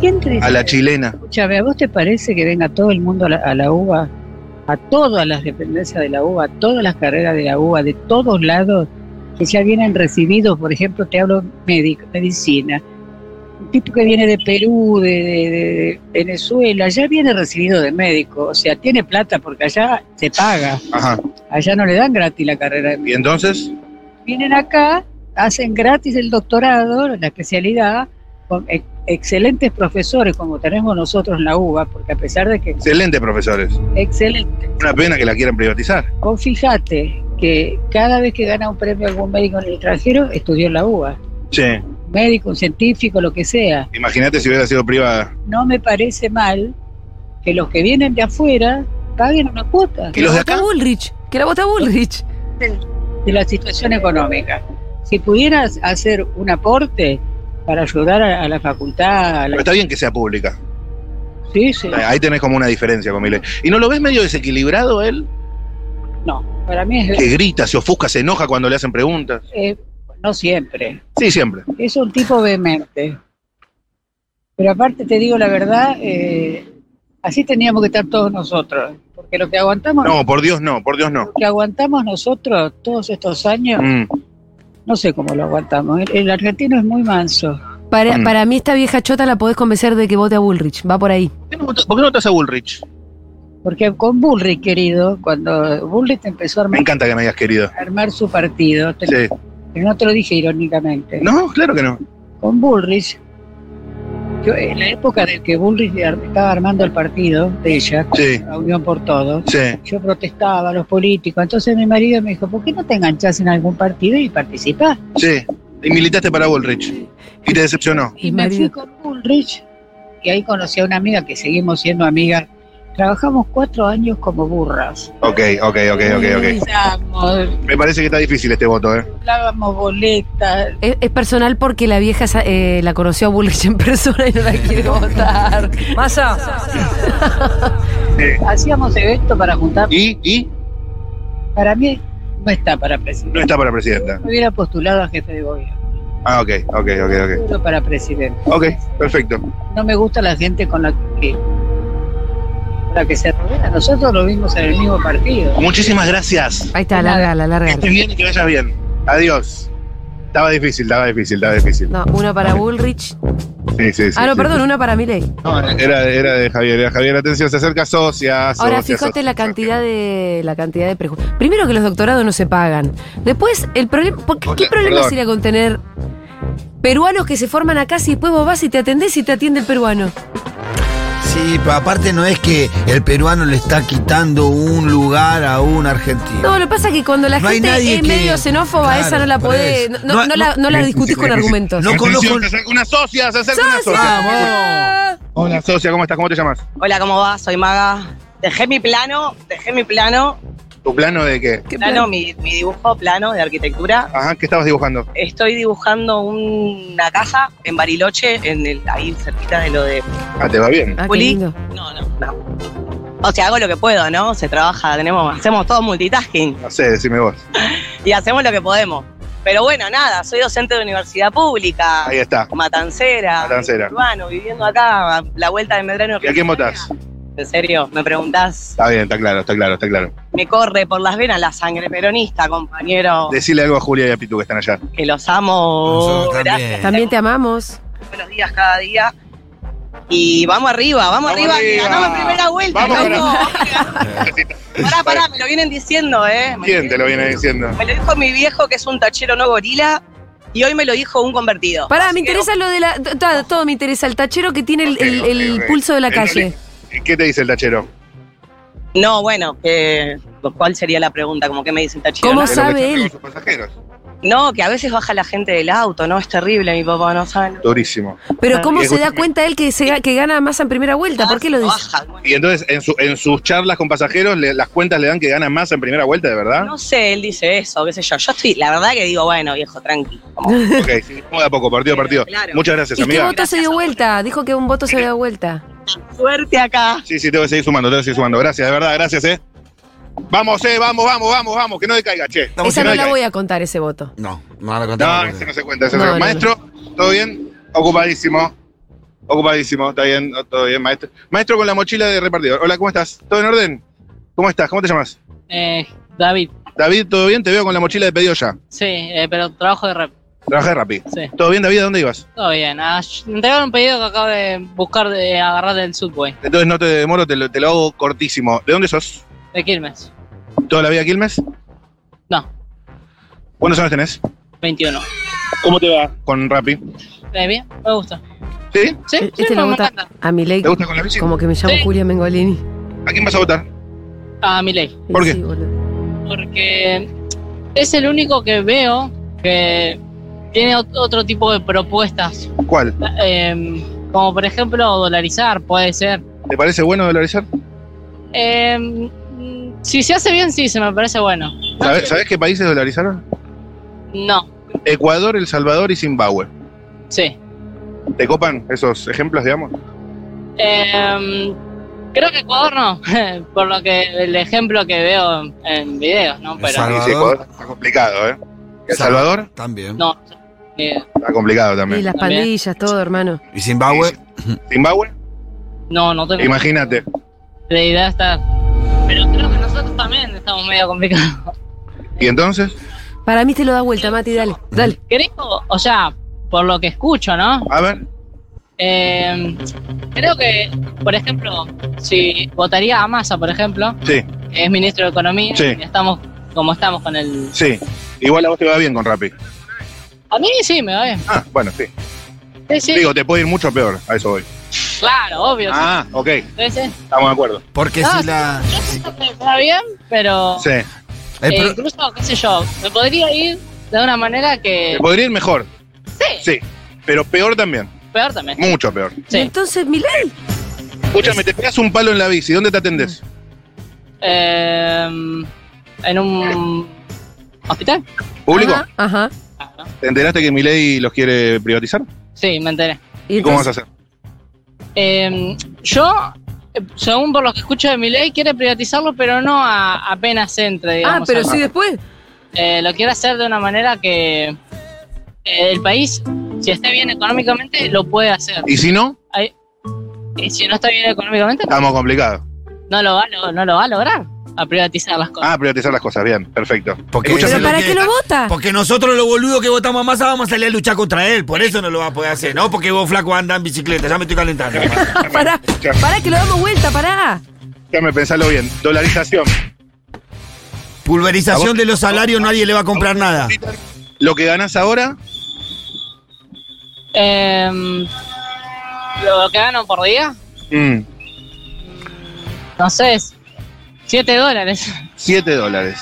[SPEAKER 9] ¿Quién te dice?
[SPEAKER 1] a la chilena.
[SPEAKER 9] Escúchame, ¿a vos te parece que venga todo el mundo a la, a la UBA? A todas las dependencias de la UBA, a todas las carreras de la UBA, de todos lados, que ya vienen recibidos, por ejemplo, te hablo médico, medicina. Un tipo que viene de Perú, de, de- de Venezuela, ya viene recibido de médico, o sea, tiene plata porque allá se paga,
[SPEAKER 1] Ajá.
[SPEAKER 9] allá no le dan gratis la carrera de
[SPEAKER 1] ¿Y
[SPEAKER 9] médico.
[SPEAKER 1] entonces?
[SPEAKER 9] Vienen acá, hacen gratis el doctorado, la especialidad, con ex- excelentes profesores como tenemos nosotros en la UBA, porque a pesar de que
[SPEAKER 1] Excelente, profesores.
[SPEAKER 9] excelente.
[SPEAKER 1] Una pena que la quieran privatizar.
[SPEAKER 9] Vos fijate que cada vez que gana un premio algún médico en el extranjero, estudió en la UBA.
[SPEAKER 1] Sí.
[SPEAKER 9] Un Médico, un científico, lo que sea.
[SPEAKER 1] Imagínate si hubiera sido privada.
[SPEAKER 9] No me parece mal que los que vienen de afuera paguen una cuota.
[SPEAKER 5] Que la vote a Bullrich. Que la vote a Bullrich.
[SPEAKER 9] de la situación económica. Si pudieras hacer un aporte para ayudar a, a la facultad, a la-
[SPEAKER 1] Pero está bien que sea pública. Eh,
[SPEAKER 9] Sí, sí.
[SPEAKER 1] Ahí tenés como una diferencia con Milei. ¿Y no lo ves medio desequilibrado él?
[SPEAKER 9] No, para mí es,
[SPEAKER 1] Que grita, se ofusca, se enoja cuando le hacen preguntas.
[SPEAKER 9] eh, no siempre.
[SPEAKER 1] Sí, siempre.
[SPEAKER 9] Es un tipo vehemente. Pero aparte te digo la verdad, eh, así teníamos que estar todos nosotros, porque lo que aguantamos,
[SPEAKER 1] No, por Dios no, por Dios no.
[SPEAKER 9] lo que aguantamos nosotros todos estos años,
[SPEAKER 1] Mm.
[SPEAKER 9] no sé cómo lo aguantamos. El, el argentino es muy manso.
[SPEAKER 5] Para,
[SPEAKER 1] Mm.
[SPEAKER 5] para mí, esta vieja chota la podés convencer de que vote a Bullrich. Va por ahí.
[SPEAKER 1] ¿Por qué no votás- por qué no votas a Bullrich?
[SPEAKER 9] Porque con Bullrich, querido, cuando Bullrich empezó a
[SPEAKER 1] Me
[SPEAKER 9] armar,
[SPEAKER 1] encanta que me hayas querido.
[SPEAKER 9] a armar su partido, te-
[SPEAKER 1] Sí.
[SPEAKER 9] pero no te lo dije irónicamente,
[SPEAKER 1] No, claro que no.
[SPEAKER 9] con Bullrich, yo, en la época del que Bullrich ar- estaba armando el partido de ella,
[SPEAKER 1] Sí,
[SPEAKER 9] la Unión por Todos,
[SPEAKER 1] sí.
[SPEAKER 9] yo protestaba a los políticos, entonces mi marido me dijo, ¿por qué no te enganchás en algún partido y participás?
[SPEAKER 1] Sí, y militaste para Bullrich. Y te decepcionó.
[SPEAKER 9] Y
[SPEAKER 5] Mi
[SPEAKER 9] me
[SPEAKER 5] marido.
[SPEAKER 9] fui con Bullrich y ahí conocí a una amiga que seguimos siendo amigas. Trabajamos cuatro años como burras.
[SPEAKER 1] Ok, ok, ok, ok, ok.
[SPEAKER 9] Organizamos,
[SPEAKER 1] Me parece que está difícil este voto, ¿eh?
[SPEAKER 9] doblábamos boletas.
[SPEAKER 5] Es, es personal porque la vieja esa, eh, la conoció a Bullrich en persona y no la quiere votar. Masa.
[SPEAKER 9] Hacíamos eventos para juntar.
[SPEAKER 1] Y, y
[SPEAKER 9] Para mí no está para presidente.
[SPEAKER 1] no está para presidenta.
[SPEAKER 9] Me hubiera postulado a jefe de gobierno,
[SPEAKER 1] Ah, ok, ok, ok,
[SPEAKER 9] pero para presidente.
[SPEAKER 1] ok. Ok, perfecto.
[SPEAKER 9] No me gusta la gente con la que, con la que se rodea. Nosotros lo vimos en el mismo partido.
[SPEAKER 1] Muchísimas gracias.
[SPEAKER 5] Ahí está, largala,
[SPEAKER 1] Que
[SPEAKER 5] largala.
[SPEAKER 1] estés bien y que vayas bien. Adiós. Estaba difícil, estaba difícil, estaba difícil.
[SPEAKER 5] No, una para Bullrich.
[SPEAKER 1] Sí, sí, sí.
[SPEAKER 5] Ah, no,
[SPEAKER 1] sí.
[SPEAKER 5] perdón, una para Milei.
[SPEAKER 1] No, era, era de Javier, era Javier. Atención, se acerca socia. socia,
[SPEAKER 5] Ahora fíjate
[SPEAKER 1] socia,
[SPEAKER 5] la
[SPEAKER 1] socia.
[SPEAKER 5] cantidad de la cantidad de prejuicios. Primero que los doctorados no se pagan. Después el problema, ¿por qué, qué
[SPEAKER 1] Hola,
[SPEAKER 5] problema
[SPEAKER 1] perdón.
[SPEAKER 5] sería con tener peruanos que se forman acá si después vos vas y te atendés y te atiende el peruano?
[SPEAKER 6] Sí, pero aparte no es que el peruano le está quitando un lugar a un argentino.
[SPEAKER 5] No, lo que pasa es que cuando la
[SPEAKER 6] No hay
[SPEAKER 5] gente
[SPEAKER 6] nadie
[SPEAKER 5] es
[SPEAKER 6] que-
[SPEAKER 5] medio xenófoba,
[SPEAKER 6] Claro,
[SPEAKER 5] esa no la
[SPEAKER 6] por
[SPEAKER 5] podés,
[SPEAKER 6] eso.
[SPEAKER 5] no, no-
[SPEAKER 6] No,
[SPEAKER 5] no la, no la
[SPEAKER 1] Sí,
[SPEAKER 5] discutís
[SPEAKER 1] sí,
[SPEAKER 5] con
[SPEAKER 1] sí, sí.
[SPEAKER 5] argumentos.
[SPEAKER 6] No
[SPEAKER 1] Atención,
[SPEAKER 6] conozco-
[SPEAKER 1] se acerca una socia, se acerca una
[SPEAKER 5] ¡Socia!
[SPEAKER 1] socia. Hola, socia, ¿cómo estás? ¿Cómo te llamas?
[SPEAKER 11] Hola, ¿cómo va? Soy Maga. Dejé mi plano, dejé mi plano,
[SPEAKER 1] ¿Tu plano de qué?
[SPEAKER 5] ¿Qué
[SPEAKER 11] plano, mi, mi dibujo plano de arquitectura.
[SPEAKER 1] Ajá, ¿qué estabas dibujando?
[SPEAKER 11] Estoy dibujando una casa en Bariloche, en el, ahí cerquita de lo de...
[SPEAKER 1] Ah, te va bien.
[SPEAKER 5] Ah, qué
[SPEAKER 11] Juli.
[SPEAKER 5] lindo.
[SPEAKER 11] No, no, no. O sea, hago lo que puedo, ¿no? Se trabaja, tenemos, hacemos todo multitasking
[SPEAKER 1] No sé, decime vos.
[SPEAKER 11] y hacemos lo que podemos. Pero bueno, nada, soy docente de universidad pública,
[SPEAKER 1] Ahí está.
[SPEAKER 11] matancera,
[SPEAKER 1] Matancera.
[SPEAKER 11] urbano, viviendo acá, a la vuelta de Medrano.
[SPEAKER 1] ¿Y a quién votás?
[SPEAKER 11] En serio, me preguntás,
[SPEAKER 1] Está bien, está claro, está claro, está claro.
[SPEAKER 11] me corre por las venas la sangre peronista, compañero.
[SPEAKER 1] Decile algo a Julia y a Pitu que están allá.
[SPEAKER 11] que los amo.
[SPEAKER 6] Nosotros
[SPEAKER 11] Gracias.
[SPEAKER 6] también.
[SPEAKER 5] También te amamos.
[SPEAKER 11] Buenos días cada día. Y vamos arriba, vamos,
[SPEAKER 1] Vamos
[SPEAKER 11] arriba, que
[SPEAKER 1] arriba.
[SPEAKER 11] ganamos en primera vuelta.
[SPEAKER 1] Vamos,
[SPEAKER 11] loco. pará, pará, me lo vienen diciendo, ¿eh? Me
[SPEAKER 1] ¿Quién te lo viene diciendo?
[SPEAKER 11] Me lo dijo mi viejo, que es un tachero no gorila, y hoy me lo dijo un convertido.
[SPEAKER 5] Pará,
[SPEAKER 11] Así
[SPEAKER 5] me
[SPEAKER 11] que
[SPEAKER 5] interesa lo de la. to- Todo, me interesa. El tachero que tiene el, el-
[SPEAKER 1] Ok, ok,
[SPEAKER 5] el
[SPEAKER 1] ok.
[SPEAKER 5] pulso de la
[SPEAKER 1] El
[SPEAKER 5] calle.
[SPEAKER 1] ¿Y ¿Qué te dice el tachero?
[SPEAKER 11] No, bueno, que- ¿cuál sería la pregunta? Como que me dice el tachero.
[SPEAKER 5] ¿Cómo
[SPEAKER 11] ¿no?
[SPEAKER 1] De lo que
[SPEAKER 5] sabe
[SPEAKER 1] charlan
[SPEAKER 5] él?
[SPEAKER 1] con sus pasajeros.
[SPEAKER 11] No, que a veces baja la gente del auto, ¿no? Es terrible, mi papá, no sabe.
[SPEAKER 1] Durísimo.
[SPEAKER 5] Pero ¿cómo
[SPEAKER 1] Y
[SPEAKER 5] se da
[SPEAKER 1] escúchame.
[SPEAKER 5] cuenta él que, se, ga- que gana más en primera vuelta? ¿Por qué lo dice?
[SPEAKER 11] Baja, bueno.
[SPEAKER 1] Y entonces, en, su- en sus charlas con pasajeros, le- las cuentas le dan que gana más en primera vuelta, ¿de verdad?
[SPEAKER 11] No sé, él dice eso, qué sé yo. Yo estoy, la verdad que digo, bueno, viejo, tranqui. como-
[SPEAKER 1] Ok, sí, vamos de a poco, partido a partido.
[SPEAKER 11] Claro.
[SPEAKER 1] Muchas gracias,
[SPEAKER 5] ¿Y qué
[SPEAKER 1] amiga.
[SPEAKER 5] voto se dio vuelta? Dijo que un voto se dio vuelta.
[SPEAKER 11] Suerte acá.
[SPEAKER 1] Sí, sí, tengo que seguir sumando, tengo que seguir sumando. Gracias, de verdad, gracias, ¿eh? Vamos, eh, vamos, vamos, vamos, vamos, que no decaiga, che.
[SPEAKER 6] Estamos
[SPEAKER 5] Esa
[SPEAKER 1] que
[SPEAKER 5] no
[SPEAKER 1] no
[SPEAKER 5] la
[SPEAKER 1] hay-
[SPEAKER 5] voy a contar, ese voto.
[SPEAKER 6] No, no la
[SPEAKER 1] No,
[SPEAKER 6] contamos.
[SPEAKER 1] ese no se cuenta, ese
[SPEAKER 5] No,
[SPEAKER 1] no,
[SPEAKER 5] no, no.
[SPEAKER 1] Maestro, ¿todo bien? Ocupadísimo. Ocupadísimo, está bien, no, todo bien, maestro. Maestro con la mochila de repartidor. Hola, ¿cómo estás? ¿Todo en orden? ¿Cómo estás? ¿Cómo te llamas?
[SPEAKER 7] Eh, David,
[SPEAKER 1] David, ¿todo bien? Te veo con la mochila de pedido ya.
[SPEAKER 7] sí, eh, pero trabajo de rep.
[SPEAKER 1] Trabajé rápido.
[SPEAKER 7] Sí,
[SPEAKER 1] ¿Todo bien, David? ¿A dónde ibas?
[SPEAKER 7] todo bien. Ah, sh- me entregaron un pedido que acabo de buscar, de agarrar del Subway,
[SPEAKER 1] Entonces no te demoro, te lo, te lo hago cortísimo. ¿De dónde sos?
[SPEAKER 7] de Quilmes.
[SPEAKER 1] ¿Toda la vida Quilmes?
[SPEAKER 7] No,
[SPEAKER 1] ¿Cuántos años tenés?
[SPEAKER 7] 21.
[SPEAKER 1] ¿Cómo te va? Con Rappi.
[SPEAKER 7] Eh, bien, me gusta.
[SPEAKER 1] ¿Sí?
[SPEAKER 7] Sí,
[SPEAKER 5] Eh,
[SPEAKER 7] sí,
[SPEAKER 5] Este
[SPEAKER 7] me,
[SPEAKER 5] le
[SPEAKER 7] me
[SPEAKER 5] vota
[SPEAKER 7] encanta.
[SPEAKER 5] a mi ley.
[SPEAKER 1] ¿Te gusta con la bici?
[SPEAKER 5] Como que me llamo
[SPEAKER 7] Sí.
[SPEAKER 5] Julia Mengolini.
[SPEAKER 1] ¿A quién vas a votar?
[SPEAKER 7] A mi ley.
[SPEAKER 1] ¿Por qué?
[SPEAKER 5] Sí, boludo.
[SPEAKER 7] porque es el único que veo que tiene ot- otro tipo de propuestas,
[SPEAKER 1] ¿Cuál?
[SPEAKER 7] Em, como por ejemplo dolarizar, puede ser.
[SPEAKER 1] ¿Te parece bueno dolarizar?
[SPEAKER 7] Eh, mm, si se hace bien, sí, se me parece bueno.
[SPEAKER 1] ¿Sabes, sabes qué países dolarizaron?
[SPEAKER 7] No,
[SPEAKER 1] Ecuador, El Salvador y Zimbabue.
[SPEAKER 7] sí.
[SPEAKER 1] ¿Te copan esos ejemplos, digamos?
[SPEAKER 7] Eh, creo que Ecuador no, por lo que el ejemplo que veo en videos, ¿no? Pero
[SPEAKER 1] Y sí, Ecuador está complicado, ¿eh? ¿El
[SPEAKER 6] Sa-
[SPEAKER 1] Salvador?
[SPEAKER 6] También.
[SPEAKER 7] no, eh,
[SPEAKER 1] Está complicado
[SPEAKER 5] Y
[SPEAKER 1] también.
[SPEAKER 5] las pandillas, todo, hermano.
[SPEAKER 6] ¿Y Zimbabue?
[SPEAKER 1] Zimbabue,
[SPEAKER 7] no, no tengo
[SPEAKER 1] imagínate.
[SPEAKER 7] la idea está. Pero creo que nosotros también estamos medio complicados.
[SPEAKER 1] ¿Y entonces?
[SPEAKER 5] Para mí te lo da vuelta, Mati, dale, dale.
[SPEAKER 7] Creo, o sea, por lo que escucho, ¿no?
[SPEAKER 1] A ver.
[SPEAKER 7] Eh, creo que, por ejemplo, si votaría a Massa, por ejemplo,
[SPEAKER 1] Sí,
[SPEAKER 7] que es ministro de Economía,
[SPEAKER 1] Sí.
[SPEAKER 7] y estamos como estamos con el...
[SPEAKER 1] sí. Igual a vos te va bien con Rappi.
[SPEAKER 7] A mí sí, me va bien.
[SPEAKER 1] Ah, bueno, sí.
[SPEAKER 7] Sí, sí,
[SPEAKER 1] Digo, te puede ir mucho peor, a eso voy.
[SPEAKER 7] claro, obvio.
[SPEAKER 1] Ah, ok,
[SPEAKER 7] Sí, sí.
[SPEAKER 1] estamos de acuerdo.
[SPEAKER 6] Porque
[SPEAKER 7] No,
[SPEAKER 6] si la.
[SPEAKER 7] Me va bien, pero...
[SPEAKER 1] Sí.
[SPEAKER 6] el
[SPEAKER 7] eh,
[SPEAKER 6] pro-
[SPEAKER 7] incluso, qué sé yo, me podría ir de una manera que...
[SPEAKER 1] Te podría ir mejor,
[SPEAKER 7] Eh, Sí,
[SPEAKER 1] sí. Pero peor también,
[SPEAKER 7] peor también.
[SPEAKER 1] mucho peor.
[SPEAKER 5] Y
[SPEAKER 7] Sí.
[SPEAKER 5] entonces, Milei,
[SPEAKER 1] Escúchame, te pegas un palo en la bici, ¿dónde te atendés?
[SPEAKER 7] Eh, en un hospital.
[SPEAKER 1] ¿Público?
[SPEAKER 5] Ajá, ajá.
[SPEAKER 7] Ah, ¿no?
[SPEAKER 1] ¿Te enteraste que Milei los quiere privatizar?
[SPEAKER 7] Sí, me enteré.
[SPEAKER 5] Y
[SPEAKER 1] ¿Cómo vas
[SPEAKER 5] entonces-
[SPEAKER 1] a hacer?
[SPEAKER 7] Eh, yo, eh, según por lo que escucho de mi ley, quiere privatizarlo, pero no a- apenas entre,
[SPEAKER 5] Ah,
[SPEAKER 7] digamos.
[SPEAKER 5] pero
[SPEAKER 7] al-
[SPEAKER 5] sí después.
[SPEAKER 7] Eh, lo quiere hacer de una manera que eh, el país, si está bien económicamente, lo puede hacer.
[SPEAKER 1] Y si no,
[SPEAKER 7] Y si no está bien económicamente,
[SPEAKER 1] estamos complicados.
[SPEAKER 7] no lo va, a lo- no lo va a lograr a privatizar las cosas.
[SPEAKER 1] Ah, privatizar las cosas, bien, perfecto.
[SPEAKER 6] Porque-
[SPEAKER 1] Escúchame,
[SPEAKER 5] Pero
[SPEAKER 6] Escúchame,
[SPEAKER 5] ¿para
[SPEAKER 6] que-
[SPEAKER 5] qué lo vota?
[SPEAKER 6] Porque nosotros los boludos que votamos a Massa vamos a salir a luchar contra él. Por eso no lo va a poder hacer. No porque vos flaco andas en bicicleta. Ya me estoy calentando.
[SPEAKER 5] Pará, pará, que lo damos vuelta, pará.
[SPEAKER 1] escúchame, pensalo bien. Dolarización. ¿A vos-
[SPEAKER 6] Pulverización de los salarios, nadie le va a comprar nada.
[SPEAKER 1] Lo que ganás ahora,
[SPEAKER 7] Eh, lo que gano por día,
[SPEAKER 1] mm,
[SPEAKER 7] no sé, es 7 dólares.
[SPEAKER 1] 7 dólares.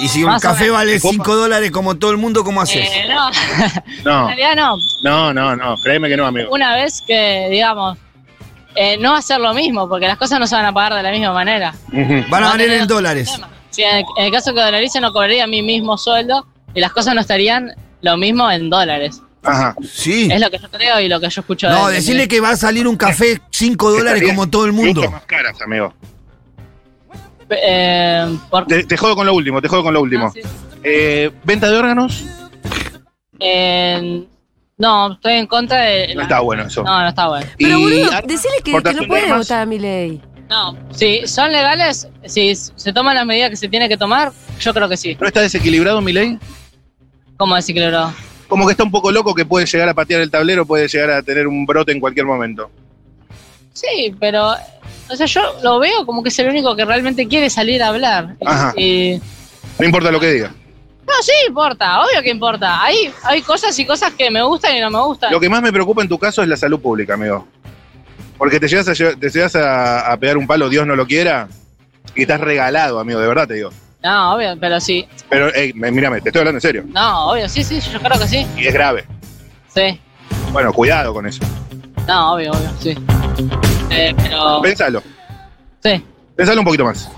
[SPEAKER 6] Y si un
[SPEAKER 7] Más o
[SPEAKER 6] café
[SPEAKER 7] menos.
[SPEAKER 6] vale
[SPEAKER 1] ¿Cómo?
[SPEAKER 6] 5 dólares como todo el mundo, ¿cómo haces?
[SPEAKER 7] Eh, no, en
[SPEAKER 1] No,
[SPEAKER 7] realidad no.
[SPEAKER 1] no, no, no, créeme que no, amigo.
[SPEAKER 7] una vez que, digamos, eh, no hacer lo mismo, porque las cosas no se van a pagar de la misma manera.
[SPEAKER 1] Ujú.
[SPEAKER 6] Van a
[SPEAKER 7] No
[SPEAKER 6] valer
[SPEAKER 7] tenés
[SPEAKER 6] en dólares.
[SPEAKER 7] problema. Si en el, en el caso que dolarice, no cobraría mi mismo sueldo y las cosas no estarían lo mismo en dólares.
[SPEAKER 1] Ajá.
[SPEAKER 6] Sí.
[SPEAKER 7] Es lo que yo creo y lo que yo escucho.
[SPEAKER 6] No,
[SPEAKER 7] de-
[SPEAKER 6] decirle que va a salir un café 5 dólares
[SPEAKER 1] Estarían
[SPEAKER 6] como todo el
[SPEAKER 1] mucho
[SPEAKER 6] mundo.
[SPEAKER 1] más caras, amigo.
[SPEAKER 7] Eh, por-
[SPEAKER 1] Te, te jodo con lo último, te jodo con lo último.
[SPEAKER 7] Ah, sí.
[SPEAKER 1] Eh, ¿Venta de órganos?
[SPEAKER 7] Eh, no, estoy en contra de...
[SPEAKER 1] No está bueno eso.
[SPEAKER 7] No, no está bueno.
[SPEAKER 5] Pero
[SPEAKER 1] Y ah,
[SPEAKER 5] boludo,
[SPEAKER 1] armas,
[SPEAKER 5] decirle que, que no
[SPEAKER 1] portación de
[SPEAKER 5] puede
[SPEAKER 1] armas.
[SPEAKER 5] votar a Milei.
[SPEAKER 7] No, si son legales, si se toman las medidas que se tiene que tomar, yo creo que sí.
[SPEAKER 1] ¿No está desequilibrado mi ley?
[SPEAKER 7] ¿Cómo decir que lo-
[SPEAKER 1] Como que está un poco loco que puede llegar a patear el tablero, puede llegar a tener un brote en cualquier momento.
[SPEAKER 7] Sí, pero o sea, yo lo veo como que es el único que realmente quiere salir a hablar. Y-
[SPEAKER 1] Ajá.
[SPEAKER 7] y-
[SPEAKER 1] No importa lo que diga.
[SPEAKER 7] no, sí importa, obvio que importa. Hay, hay cosas y cosas que me gustan y no me gustan.
[SPEAKER 1] Lo que más me preocupa en tu caso es la salud pública, amigo. Porque te llegas a, lle- te llegas a, a pegar un palo, Dios no lo quiera, y estás regalado, amigo, de verdad te digo.
[SPEAKER 7] No, obvio, pero sí.
[SPEAKER 1] Pero, hey, me- mírame, te estoy hablando en serio.
[SPEAKER 7] No, obvio, sí, sí, yo creo que sí.
[SPEAKER 1] Y es grave.
[SPEAKER 7] Sí,
[SPEAKER 1] Bueno, cuidado con eso.
[SPEAKER 7] no, obvio, obvio, sí. Eh, pero
[SPEAKER 1] Pensalo.
[SPEAKER 7] sí,
[SPEAKER 1] Pensalo un poquito más.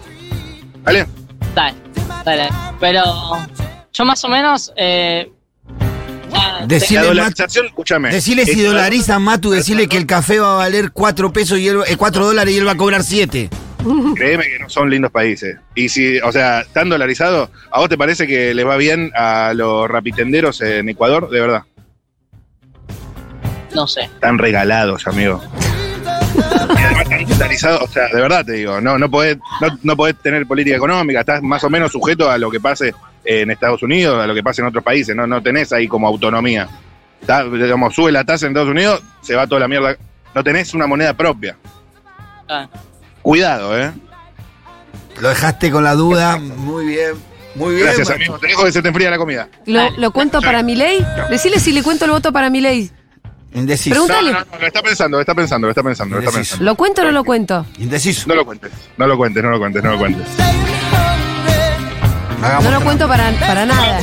[SPEAKER 1] ¿Vale?
[SPEAKER 7] dale, dale. Pero yo más o menos... Eh, ya-
[SPEAKER 1] La
[SPEAKER 6] Decirle, Matu,
[SPEAKER 1] dolarización, escúchame.
[SPEAKER 6] decirle si
[SPEAKER 1] Ecuador-
[SPEAKER 6] dolariza Matu, decirle que el café va a valer 4 pesos y él, 4 dólares y él va a cobrar 7.
[SPEAKER 1] Créeme que no son lindos países. Y si, o sea, tan dolarizado, ¿a vos te parece que les va bien a los rapitenderos en Ecuador? De verdad.
[SPEAKER 7] no sé.
[SPEAKER 1] Están regalados, amigo. Y además están dolarizados, o sea, de verdad te digo, no, no, podés, no, no podés tener política económica, estás más o menos sujeto a lo que pase en Estados Unidos, a lo que pase en otros países, no, no tenés ahí como autonomía. Está- digamos, sube la tasa en Estados Unidos, se va toda la mierda. No tenés una moneda propia.
[SPEAKER 7] Ah,
[SPEAKER 1] Cuidado, ¿eh?
[SPEAKER 6] Lo dejaste con la duda. Muy bien. Muy bien.
[SPEAKER 1] Gracias,
[SPEAKER 6] Matu.
[SPEAKER 1] amigo. Te dejo que se te enfría la comida.
[SPEAKER 5] ¿Lo, lo cuento para Milei? Decirle si le cuento el voto para Milei.
[SPEAKER 6] Indeciso.
[SPEAKER 5] Pregunta-
[SPEAKER 1] No,
[SPEAKER 5] Dale.
[SPEAKER 1] no, no, lo está pensando, lo está pensando, lo está pensando, lo está
[SPEAKER 6] Indeciso.
[SPEAKER 1] pensando.
[SPEAKER 5] ¿Lo cuento o no lo cuento?
[SPEAKER 6] Indeciso.
[SPEAKER 1] No lo cuentes, no lo cuentes, no lo cuentes, no lo cuentes.
[SPEAKER 5] No
[SPEAKER 6] Hagamos
[SPEAKER 5] lo cuento para, para nada.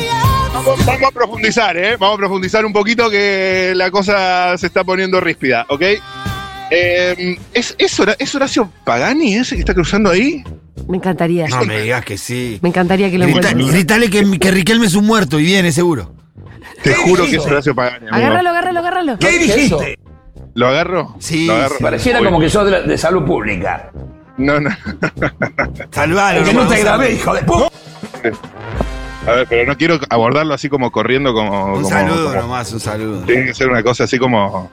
[SPEAKER 1] Vamos, vamos a profundizar, ¿eh? Vamos a profundizar un poquito que la cosa se está poniendo ríspida, ¿ok? Eh, ¿es, es, Hora- es Horacio Pagani ese que está cruzando ahí?
[SPEAKER 5] Me encantaría.
[SPEAKER 6] No me digas que sí.
[SPEAKER 5] Me encantaría que lo
[SPEAKER 6] Grita-
[SPEAKER 5] encuentres.
[SPEAKER 6] gritale que, que Riquelme es un muerto y viene, seguro.
[SPEAKER 1] Te juro que es Horacio Pagani. amigo.
[SPEAKER 5] Agárralo, agárralo, agárralo.
[SPEAKER 6] ¿Qué dijiste?
[SPEAKER 1] ¿Lo agarro?
[SPEAKER 6] Sí,
[SPEAKER 1] Lo agarro.
[SPEAKER 6] sí.
[SPEAKER 12] Pareciera
[SPEAKER 1] Uy.
[SPEAKER 12] como que sos de, la- de salud pública.
[SPEAKER 1] No, no.
[SPEAKER 6] Salvalo.
[SPEAKER 12] Que no te grabé, hijo de puta.
[SPEAKER 1] A ver, pero no quiero abordarlo así como corriendo, como.
[SPEAKER 6] Un
[SPEAKER 1] como-
[SPEAKER 6] saludo
[SPEAKER 1] como-
[SPEAKER 6] nomás, un saludo.
[SPEAKER 1] Tiene que ser una cosa así como.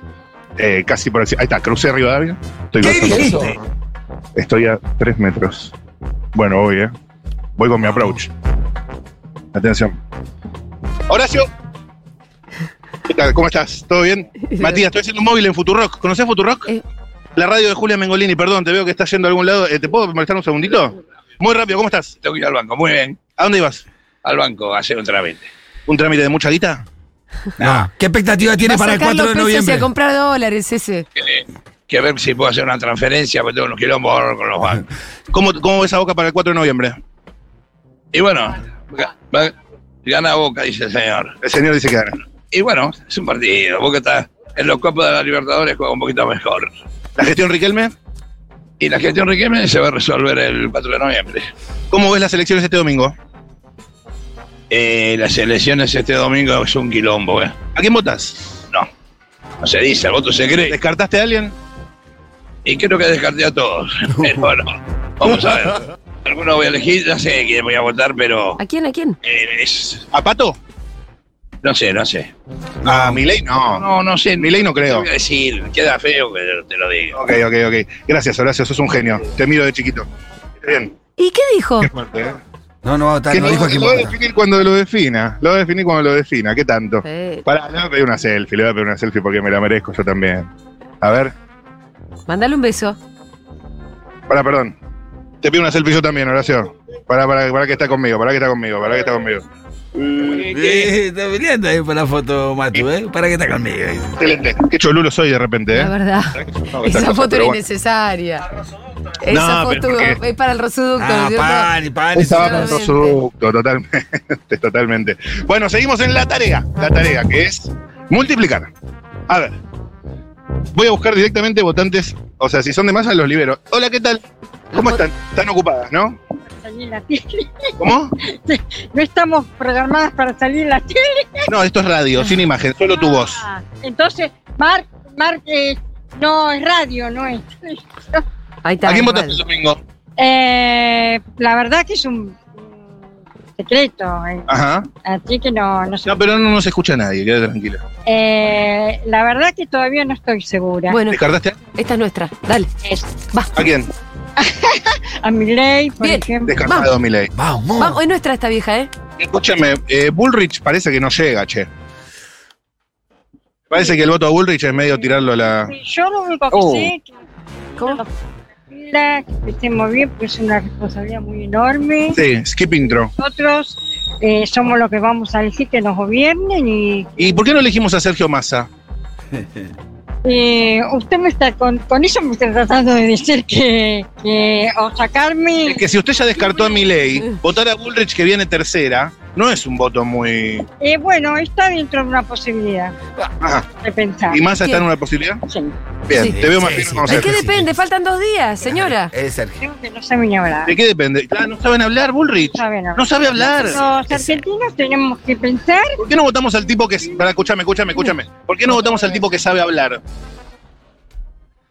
[SPEAKER 1] eh, casi por accidente. Ahí está, crucé Rivadavia. Estoy
[SPEAKER 6] ¿Qué
[SPEAKER 1] cruzando.
[SPEAKER 6] dijiste?
[SPEAKER 1] Estoy a tres metros. Bueno, voy, ¿eh? Voy con mi approach. Atención. Horacio. ¿Qué tal? ¿Cómo estás? ¿Todo bien? Matías, estoy haciendo un móvil en Futurock. ¿Conoces Futurock?
[SPEAKER 5] Eh.
[SPEAKER 1] La radio de Julia Mengolini, perdón, te veo que estás yendo a algún lado. Eh, ¿Te puedo molestar un segundito? Muy rápido, ¿cómo estás?
[SPEAKER 13] Tengo que ir al banco, muy bien.
[SPEAKER 1] ¿A dónde ibas?
[SPEAKER 13] Al banco, a hacer un trámite.
[SPEAKER 1] ¿Un trámite de mucha guita?
[SPEAKER 6] No. Ah, ¿Qué expectativa tiene
[SPEAKER 5] Va a
[SPEAKER 6] para el
[SPEAKER 5] sacar
[SPEAKER 6] 4
[SPEAKER 5] los
[SPEAKER 6] de
[SPEAKER 5] pesos y
[SPEAKER 6] noviembre?
[SPEAKER 5] a comprar dólares ese.
[SPEAKER 13] Eh, que ver si puedo hacer una transferencia, porque tengo unos quilombos ahora con los bancos.
[SPEAKER 1] ¿Cómo, ¿Cómo ves a Boca para el 4 de noviembre?
[SPEAKER 13] Y bueno, ga- va- gana Boca, dice el señor.
[SPEAKER 1] El señor dice que gana.
[SPEAKER 13] Y bueno, es un partido. Boca está en los copos de la Libertadores, juega un poquito mejor.
[SPEAKER 1] ¿La gestión Riquelme?
[SPEAKER 13] Y la gestión Riquelme se va a resolver el 4 de noviembre.
[SPEAKER 1] ¿Cómo ves las elecciones este domingo?
[SPEAKER 13] Eh, las elecciones este domingo es un quilombo, ¿eh?
[SPEAKER 1] ¿A quién votas?
[SPEAKER 13] No, no se dice, el voto se cree.
[SPEAKER 1] ¿Descartaste a alguien?
[SPEAKER 13] Y creo que descarté a todos. Pero bueno, vamos a ver. Algunos voy a elegir, ya sé quién voy a votar, pero
[SPEAKER 5] ¿A quién? ¿A quién?
[SPEAKER 13] eh, es-
[SPEAKER 1] ¿A Pato?
[SPEAKER 13] no sé, no sé.
[SPEAKER 1] Ah, Milei no.
[SPEAKER 13] No, no sé.
[SPEAKER 1] Milei no
[SPEAKER 13] Te
[SPEAKER 1] creo.
[SPEAKER 13] voy a decir, queda feo que te lo digo.
[SPEAKER 1] Ok, ok, ok. Gracias, Horacio, sos un genio. Te miro de chiquito. Bien.
[SPEAKER 5] ¿Y qué dijo?
[SPEAKER 1] fuerte, ¿eh?
[SPEAKER 6] No, no va a estar,
[SPEAKER 1] Que
[SPEAKER 6] no
[SPEAKER 1] lo-
[SPEAKER 6] dijo a quién
[SPEAKER 1] lo va a
[SPEAKER 6] vota.
[SPEAKER 1] definir cuando lo defina. Lo va a definir cuando lo defina. ¿Qué tanto?
[SPEAKER 5] Eh,
[SPEAKER 1] Pará, le voy a pedir una selfie, le voy a pedir una selfie porque me la merezco yo también. A ver.
[SPEAKER 5] Mándale un beso.
[SPEAKER 1] Pará, perdón. Te pido una selfie yo también, Horacio. Pará, pará, pará que está conmigo, pará que está conmigo, pará que está conmigo.
[SPEAKER 6] Eh, Está peleando ahí por la foto, Matu, ¿eh? ¿Para qué está conmigo?
[SPEAKER 1] Excelente. Qué cholulo soy de repente,
[SPEAKER 5] La
[SPEAKER 1] ¿eh?
[SPEAKER 5] verdad.
[SPEAKER 6] Ah,
[SPEAKER 1] No, estas
[SPEAKER 5] Esa
[SPEAKER 1] cosas,
[SPEAKER 5] foto
[SPEAKER 1] pero
[SPEAKER 5] era
[SPEAKER 1] bueno.
[SPEAKER 5] innecesaria. Esa
[SPEAKER 1] No, pero
[SPEAKER 5] foto
[SPEAKER 1] ¿por qué?
[SPEAKER 5] es para el rosoducto. ¿no
[SPEAKER 6] Ah,
[SPEAKER 5] es cierto?
[SPEAKER 6] pan, pan.
[SPEAKER 1] Esa va para el
[SPEAKER 5] Exactamente.
[SPEAKER 1] producto, totalmente, totalmente. Bueno, seguimos en la tarea, la tarea que es multiplicar. A ver, voy a buscar directamente votantes, o sea, si son de masa los libero. Hola, ¿qué tal? ¿Cómo están? Están ocupadas, ¿no?
[SPEAKER 14] salir en la tele.
[SPEAKER 1] ¿Cómo?
[SPEAKER 14] No estamos programadas para salir en la tele.
[SPEAKER 1] No, esto es radio, sin imagen, solo tu voz.
[SPEAKER 14] Ah, Entonces, Mark, Mark, eh, no es radio, no es.
[SPEAKER 5] Ahí está.
[SPEAKER 1] ¿A
[SPEAKER 5] igual.
[SPEAKER 1] quién votaste el domingo?
[SPEAKER 14] Eh, la verdad que es un mm, secreto, eh,
[SPEAKER 1] Ajá.
[SPEAKER 14] así que no, no sé.
[SPEAKER 1] No, pero no nos escucha nadie, quédate tranquila.
[SPEAKER 14] Eh, la verdad que todavía no estoy segura.
[SPEAKER 5] Bueno,
[SPEAKER 1] ¿Descartaste?
[SPEAKER 5] esta es nuestra. Dale. Va.
[SPEAKER 1] ¿A quién?
[SPEAKER 14] A Miley, por
[SPEAKER 5] Bien.
[SPEAKER 14] ejemplo.
[SPEAKER 1] Descartado, Milei.
[SPEAKER 6] Vamos.
[SPEAKER 5] Vamos, es nuestra esta vieja, ¿eh?
[SPEAKER 1] Escúchame, eh, Bullrich parece que no llega, che. Parece que el voto a Bullrich es medio tirarlo a la...
[SPEAKER 14] Sí, Yo lo único que
[SPEAKER 1] Oh.
[SPEAKER 14] sé es
[SPEAKER 5] ¿Cómo?
[SPEAKER 14] que la- que estemos bien, porque es una responsabilidad muy enorme.
[SPEAKER 1] Sí, skip intro.
[SPEAKER 14] Nosotros eh, somos los que vamos a decir que nos gobiernen y
[SPEAKER 1] ¿Y por qué no elegimos a Sergio Massa?
[SPEAKER 14] Eh, usted me está con, con eso me está tratando de decir que, que o sacarme
[SPEAKER 1] Es que si usted ya descartó a Milei, votar a Bullrich que viene tercera no es un voto muy.
[SPEAKER 14] eh, bueno está dentro de una posibilidad
[SPEAKER 1] Ajá.
[SPEAKER 14] de pensar
[SPEAKER 1] Ah, ¿Y Massa está en una posibilidad?
[SPEAKER 14] Sí,
[SPEAKER 1] Bien,
[SPEAKER 5] Sí.
[SPEAKER 1] te veo más
[SPEAKER 6] Sí,
[SPEAKER 1] bien
[SPEAKER 6] sí.
[SPEAKER 1] como
[SPEAKER 5] ¿De
[SPEAKER 1] Sergio.
[SPEAKER 5] qué depende? Faltan dos días, señora.
[SPEAKER 1] Eh,
[SPEAKER 6] Es Sergio.
[SPEAKER 14] creo que no saben ni hablar
[SPEAKER 1] ¿De qué depende? Claro, no saben hablar, Bullrich.
[SPEAKER 14] no saben hablar.
[SPEAKER 1] No sabe hablar.
[SPEAKER 14] los argentinos tenemos que pensar
[SPEAKER 1] ¿Por qué no votamos al tipo que. Para, escúchame, escúchame, escúchame. ¿Por qué no votamos al tipo que sabe hablar?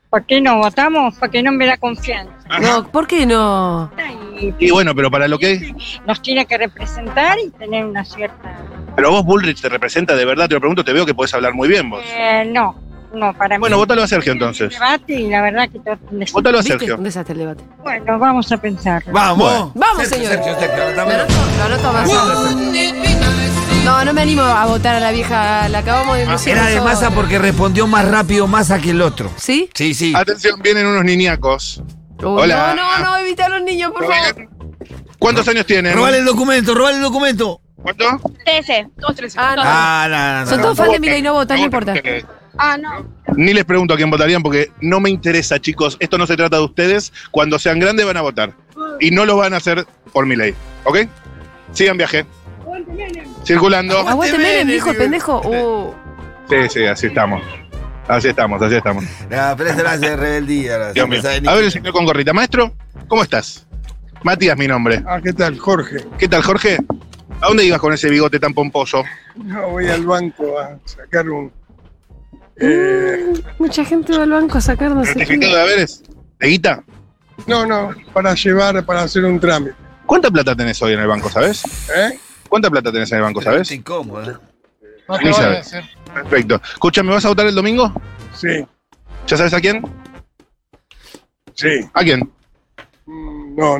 [SPEAKER 14] por qué no votamos porque no me da confianza
[SPEAKER 5] No, ¿por qué no?
[SPEAKER 14] y
[SPEAKER 1] Y bueno, pero para lo que.
[SPEAKER 14] nos tiene que representar y tener una cierta
[SPEAKER 1] Pero vos, Bullrich, te representa de verdad, te lo pregunto, te veo que podés hablar muy bien vos.
[SPEAKER 14] eh, no no para mí
[SPEAKER 1] Bueno, votalo a Sergio entonces.
[SPEAKER 14] debate y la verdad que todo-
[SPEAKER 1] Votalo a
[SPEAKER 5] ¿Viste?
[SPEAKER 1] Sergio.
[SPEAKER 5] Un desastre el debate.
[SPEAKER 14] bueno vamos a pensar
[SPEAKER 6] Vamos.
[SPEAKER 5] Vamos,
[SPEAKER 6] Sergio,
[SPEAKER 5] señor.
[SPEAKER 6] Sergio, Sergio, ahora
[SPEAKER 5] Lo
[SPEAKER 6] estamos-
[SPEAKER 5] anoto, lo anoto más. No, no me animo a votar a la vieja. La acabamos de
[SPEAKER 6] Ah, Era de
[SPEAKER 5] nosotros.
[SPEAKER 6] masa porque respondió más rápido masa que el otro.
[SPEAKER 5] ¿Sí?
[SPEAKER 6] Sí, sí.
[SPEAKER 1] Atención, vienen unos niñacos.
[SPEAKER 5] Uy,
[SPEAKER 1] Hola.
[SPEAKER 5] No, no, no, evita a los niños, por favor.
[SPEAKER 1] ¿Cuántos años tienen?
[SPEAKER 6] Robale el documento, robale el documento.
[SPEAKER 1] ¿Cuánto?
[SPEAKER 4] 13, todos 13.
[SPEAKER 5] Ah, no.
[SPEAKER 6] Ah, no, no, no.
[SPEAKER 5] Son todos fans de Milei, no votan, no importa.
[SPEAKER 1] votan
[SPEAKER 4] Ah, no.
[SPEAKER 1] Eh, Ni les pregunto a quién votarían porque no me interesa, chicos. Esto no se trata de ustedes. Cuando sean grandes van a votar. Y no lo van a hacer por mi ley. ¿Ok? Sigan viaje. Circulando.
[SPEAKER 5] Aguante Menem, dijo el pendejo. Uh,
[SPEAKER 1] Sí, sí, así estamos. Así estamos, así estamos.
[SPEAKER 6] No, pero esa la hace de rebeldía. la hace
[SPEAKER 1] Dios mío.
[SPEAKER 6] empezar de
[SPEAKER 1] A ver el señor con gorrita. Maestro, ¿cómo estás? Matías, mi nombre.
[SPEAKER 15] Ah, ¿qué tal, Jorge?
[SPEAKER 1] ¿Qué tal, Jorge? ¿A dónde ibas con ese bigote tan pomposo?
[SPEAKER 15] No, voy al banco a sacar un. eh,
[SPEAKER 5] Mucha gente va al banco a sacar no sé qué.
[SPEAKER 1] ¿Certificado de haberes? ¿De guita?
[SPEAKER 15] No, no, para llevar, para hacer un trámite.
[SPEAKER 1] ¿Cuánta plata tenés hoy en el banco, sabes?
[SPEAKER 15] ¿Eh?
[SPEAKER 1] ¿Cuánta plata tenés en el banco, sabes?
[SPEAKER 6] incómoda.
[SPEAKER 15] No
[SPEAKER 1] Ni sabes. Perfecto. Escúchame, ¿vas a votar el domingo?
[SPEAKER 15] Sí,
[SPEAKER 1] ¿Ya sabes a quién?
[SPEAKER 15] sí. Mm,
[SPEAKER 1] ¿A quién?
[SPEAKER 15] No, no,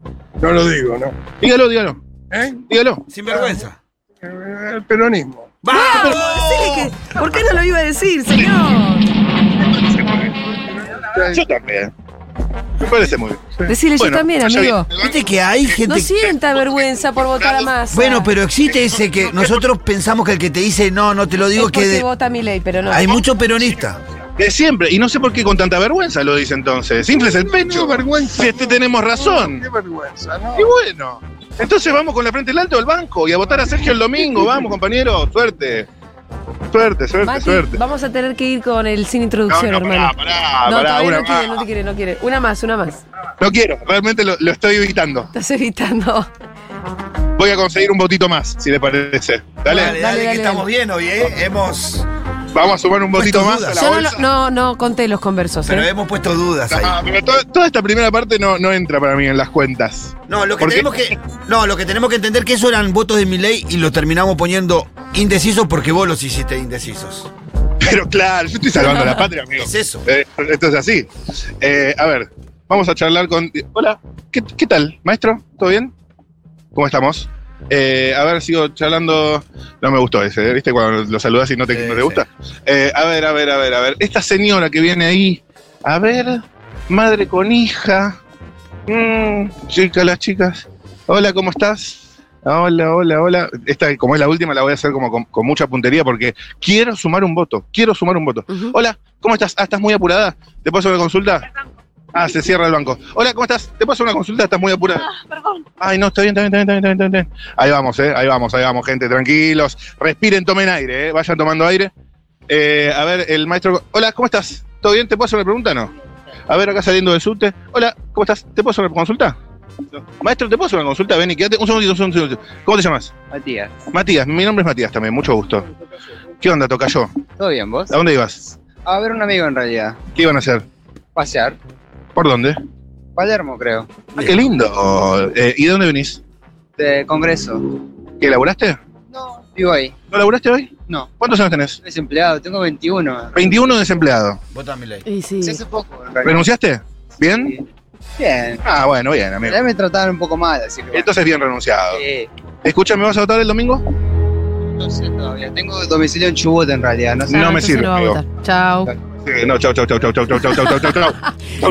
[SPEAKER 15] no. No lo digo, no.
[SPEAKER 1] Dígalo, dígalo.
[SPEAKER 15] ¿Eh?
[SPEAKER 1] Dígalo.
[SPEAKER 6] Sin vergüenza.
[SPEAKER 15] El peronismo.
[SPEAKER 5] ¡Vamos! ¿Por qué no lo iba a decir, señor?
[SPEAKER 1] Yo también. Me parece muy bien.
[SPEAKER 5] Decirle yo también,
[SPEAKER 1] allá
[SPEAKER 5] amigo.
[SPEAKER 1] viene.
[SPEAKER 6] Viste que hay
[SPEAKER 5] No
[SPEAKER 6] gente.
[SPEAKER 5] sienta vergüenza por votar a más.
[SPEAKER 6] Bueno, pero existe ese que nosotros pensamos que el que te dice no, no te lo digo,
[SPEAKER 5] es porque
[SPEAKER 6] que de-
[SPEAKER 5] vota mi ley, pero no.
[SPEAKER 6] hay mucho peronista.
[SPEAKER 1] De siempre. Y no sé por qué con tanta vergüenza lo dice entonces. Infles el pecho. vergüenza. Si este tenemos razón.
[SPEAKER 15] Qué vergüenza, ¿no?
[SPEAKER 1] Y bueno, entonces vamos con la frente del alto del banco y a votar a Sergio el domingo. Vamos, compañero, suerte. Suerte, suerte,
[SPEAKER 5] Mati,
[SPEAKER 1] suerte.
[SPEAKER 5] Vamos a tener que ir con el sin introducción,
[SPEAKER 1] No, no, pará,
[SPEAKER 5] hermano.
[SPEAKER 1] pará,
[SPEAKER 5] no,
[SPEAKER 1] pará,
[SPEAKER 5] todavía
[SPEAKER 1] una
[SPEAKER 5] no quiere,
[SPEAKER 1] más.
[SPEAKER 5] no te quiere, no quiere. Una más, una más.
[SPEAKER 1] No quiero, realmente lo, lo estoy evitando.
[SPEAKER 5] Estás evitando.
[SPEAKER 1] Voy a conseguir un votito más, si le parece. Dale,
[SPEAKER 6] Dale, dale, que estamos bien hoy, ¿eh? Hemos.
[SPEAKER 1] vamos a sumar un votito más. A la
[SPEAKER 5] Yo no,
[SPEAKER 1] bolsa.
[SPEAKER 5] lo- no, no conté los conversos.
[SPEAKER 6] Pero
[SPEAKER 5] ¿eh?
[SPEAKER 6] hemos puesto dudas ahí.
[SPEAKER 1] Ah, pero to- toda esta primera parte no, no entra para mí en las cuentas.
[SPEAKER 6] No, lo que
[SPEAKER 1] Porque-
[SPEAKER 6] tenemos que. No, lo que tenemos que entender que eso eran votos de mi ley y los terminamos poniendo indecisos porque vos los hiciste indecisos.
[SPEAKER 1] Pero claro, yo estoy salvando la patria, amigo.
[SPEAKER 6] Es eso.
[SPEAKER 1] Eh, esto es así. Eh, a ver, vamos a charlar con. Hola, ¿qué, qué tal, maestro? ¿Todo bien? ¿Cómo estamos? Eh, a ver, sigo charlando. No me gustó ese, ¿eh? ¿viste? Cuando lo saludas y no te, no te gusta. Eh, a ver, a ver, a ver, a ver. Esta señora que viene ahí, a ver, madre con hija. Mm, chicas, las chicas. Hola, ¿cómo estás? Hola, hola, hola. Esta, como es la última, la voy a hacer como con, con mucha puntería porque quiero sumar un voto. Quiero sumar un voto. Hola, ¿cómo estás? Ah, estás muy apurada. ¿Te paso una consulta? Ah, se cierra el banco. Hola, ¿cómo estás? ¿Te paso una consulta? Estás muy apurada. Ay, no, está bien, está bien, está bien, está bien, está bien, está bien. Ahí vamos, eh. Ahí vamos, ahí vamos, gente. Tranquilos. Respiren, tomen aire, eh. Vayan tomando aire. Eh, a ver, el maestro. Hola, ¿cómo estás? ¿Todo bien? ¿Te puedo hacer una pregunta? No. A ver, acá saliendo del subte. Hola, ¿cómo estás? ¿Te puedo hacer una consulta? Maestro, ¿te puedo hacer una consulta? Ven y quédate. Un segundito, un segundito. un segundito. ¿Cómo te llamas?
[SPEAKER 13] Matías,
[SPEAKER 1] Matías, mi nombre es Matías también, mucho gusto. ¿Qué onda, Tocayo?
[SPEAKER 13] ¿todo bien vos?
[SPEAKER 1] ¿A dónde ibas?
[SPEAKER 13] A ver un amigo en realidad.
[SPEAKER 1] ¿Qué iban a hacer?
[SPEAKER 13] Pasear.
[SPEAKER 1] ¿Por dónde?
[SPEAKER 13] Palermo, creo.
[SPEAKER 1] Ah, qué lindo. Eh, ¿Y de dónde venís?
[SPEAKER 13] De congreso.
[SPEAKER 1] ¿Qué, laburaste?
[SPEAKER 13] Vivo ahí.
[SPEAKER 1] ¿No laburaste hoy?
[SPEAKER 13] No.
[SPEAKER 1] ¿Cuántos años tenés?
[SPEAKER 13] Desempleado, tengo 21.
[SPEAKER 1] 21 desempleado.
[SPEAKER 6] Vota mi ley.
[SPEAKER 5] Y sí.
[SPEAKER 13] Se hace poco. en realidad.
[SPEAKER 1] ¿Renunciaste? ¿Bien?
[SPEAKER 13] Bien.
[SPEAKER 1] Ah, bueno, bien, amigo.
[SPEAKER 13] Ya me trataban un poco mal, así que. bueno.
[SPEAKER 1] Entonces bien renunciado.
[SPEAKER 13] Sí.
[SPEAKER 1] Escúchame, ¿vas a votar el domingo?
[SPEAKER 13] No sé todavía. Tengo domicilio en Chubut en realidad. No, sé.
[SPEAKER 1] No me sirve, amigo.
[SPEAKER 5] Chao.
[SPEAKER 1] Sí, no, chau, chau, chau, chau, chau, chau, chau, chau, chau, chau.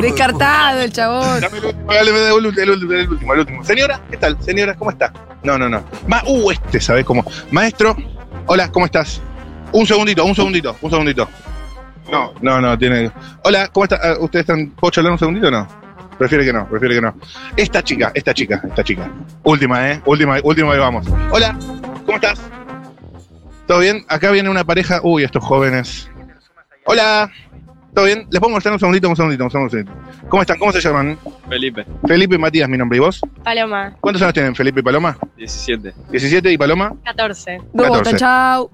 [SPEAKER 5] Descartado el chabón.
[SPEAKER 1] Dame el último, dale, dale, el último, el último, el último, el último. Señora, ¿qué tal? Señora, ¿cómo está? No, no, no. Ma uh, este, ¿sabes cómo? Maestro, hola, ¿cómo estás? Un segundito, un segundito, un segundito. No, no, no, tiene. Hola, ¿cómo está? Ah, ¿Ustedes están. ¿Puedo charlar un segundito o no? Prefiere que no, prefiere que no. Esta chica, esta chica, esta chica. Última, ¿eh? Última, última y vamos. Hola, ¿cómo estás? ¿Todo bien? Acá viene una pareja. Uy, estos jóvenes. Hola, ¿todo bien? Les pongo estar un segundito, un segundito, un segundito. ¿Cómo están? ¿Cómo se llaman?
[SPEAKER 8] Felipe,
[SPEAKER 1] Felipe y Matías, mi nombre. ¿Y vos?
[SPEAKER 16] Paloma,
[SPEAKER 1] ¿Cuántos años tienen Felipe y Paloma?
[SPEAKER 8] 17.
[SPEAKER 1] 17 y Paloma.
[SPEAKER 16] 14.
[SPEAKER 5] No
[SPEAKER 1] 14.
[SPEAKER 5] votan, chao.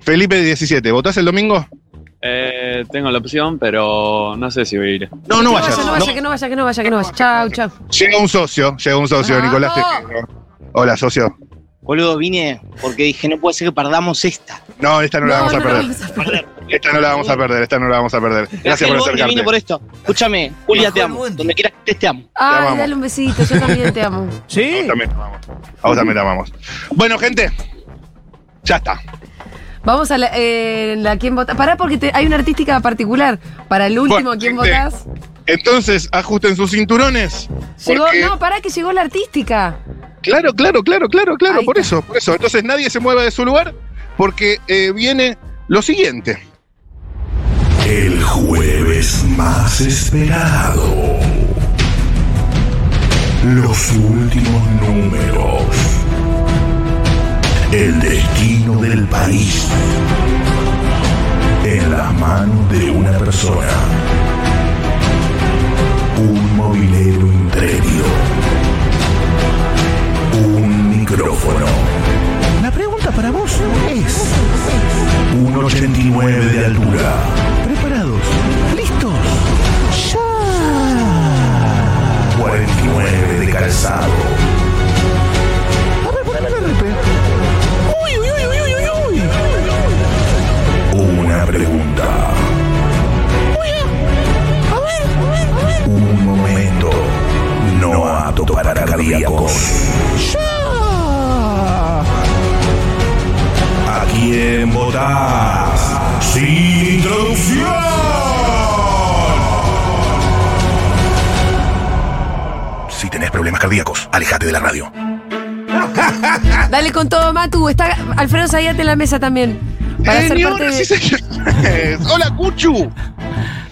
[SPEAKER 1] Felipe, 17. ¿Votás el domingo?
[SPEAKER 8] Eh, tengo la opción, pero no sé si voy a ir.
[SPEAKER 1] No, no vayas.
[SPEAKER 5] No vaya, que no vaya, que no vaya, que no vaya. Chao, chao.
[SPEAKER 1] Llega un socio, llega un socio,
[SPEAKER 5] Vamos.
[SPEAKER 1] Nicolás Tejero. Hola, socio.
[SPEAKER 17] Boludo, vine porque dije, no puede ser que perdamos esta.
[SPEAKER 1] No, esta no, la vamos a perder. Esta no la vamos a perder, esta no la vamos a perder. Gracias por
[SPEAKER 17] Boludo, que vine
[SPEAKER 1] acercarte.
[SPEAKER 17] por esto. Escúchame, Julia, te amo. Donde quieras que estés, te amo.
[SPEAKER 5] Ay,
[SPEAKER 1] amamos.
[SPEAKER 5] dale un besito, yo también te amo.
[SPEAKER 1] Sí. También la amamos. A vos también la amamos. Bueno, gente, ya está.
[SPEAKER 5] Vamos a la, eh, la quién vota. Pará porque te- hay una artística particular. Para el último,
[SPEAKER 1] Bueno,
[SPEAKER 5] ¿quién
[SPEAKER 1] gente,
[SPEAKER 5] votás?
[SPEAKER 1] Entonces, ajusten sus cinturones.
[SPEAKER 5] Llegó,
[SPEAKER 1] porque-
[SPEAKER 5] no, pará que llegó la artística.
[SPEAKER 1] Claro, claro, claro, claro, claro, por eso, por eso. Entonces nadie se mueva de su lugar porque eh, viene lo siguiente.
[SPEAKER 12] El jueves más esperado. Los últimos números. El destino del país. en las manos de una persona. Un mobilero intrépio. Un micrófono.
[SPEAKER 18] La pregunta para vos es...
[SPEAKER 12] Un 89 de altura.
[SPEAKER 18] ¿Preparados? ¿Listos? ¡Ya!
[SPEAKER 12] 49 de calzado.
[SPEAKER 18] A ver, poneme la RP. ¡Uy, uy, uy, uy, uy, uy!
[SPEAKER 12] Una pregunta. Un momento no apto para cardíacos.
[SPEAKER 18] ¡Ya!
[SPEAKER 12] ¿A quién votás? Sin introducción. Si tenés problemas cardíacos, alejate de la radio.
[SPEAKER 5] Dale con todo, Matu. Está Alfredo Zayate en la mesa también. Para
[SPEAKER 13] Eh,
[SPEAKER 5] ser parte de-
[SPEAKER 1] Eh,
[SPEAKER 13] Hola, Cuchu.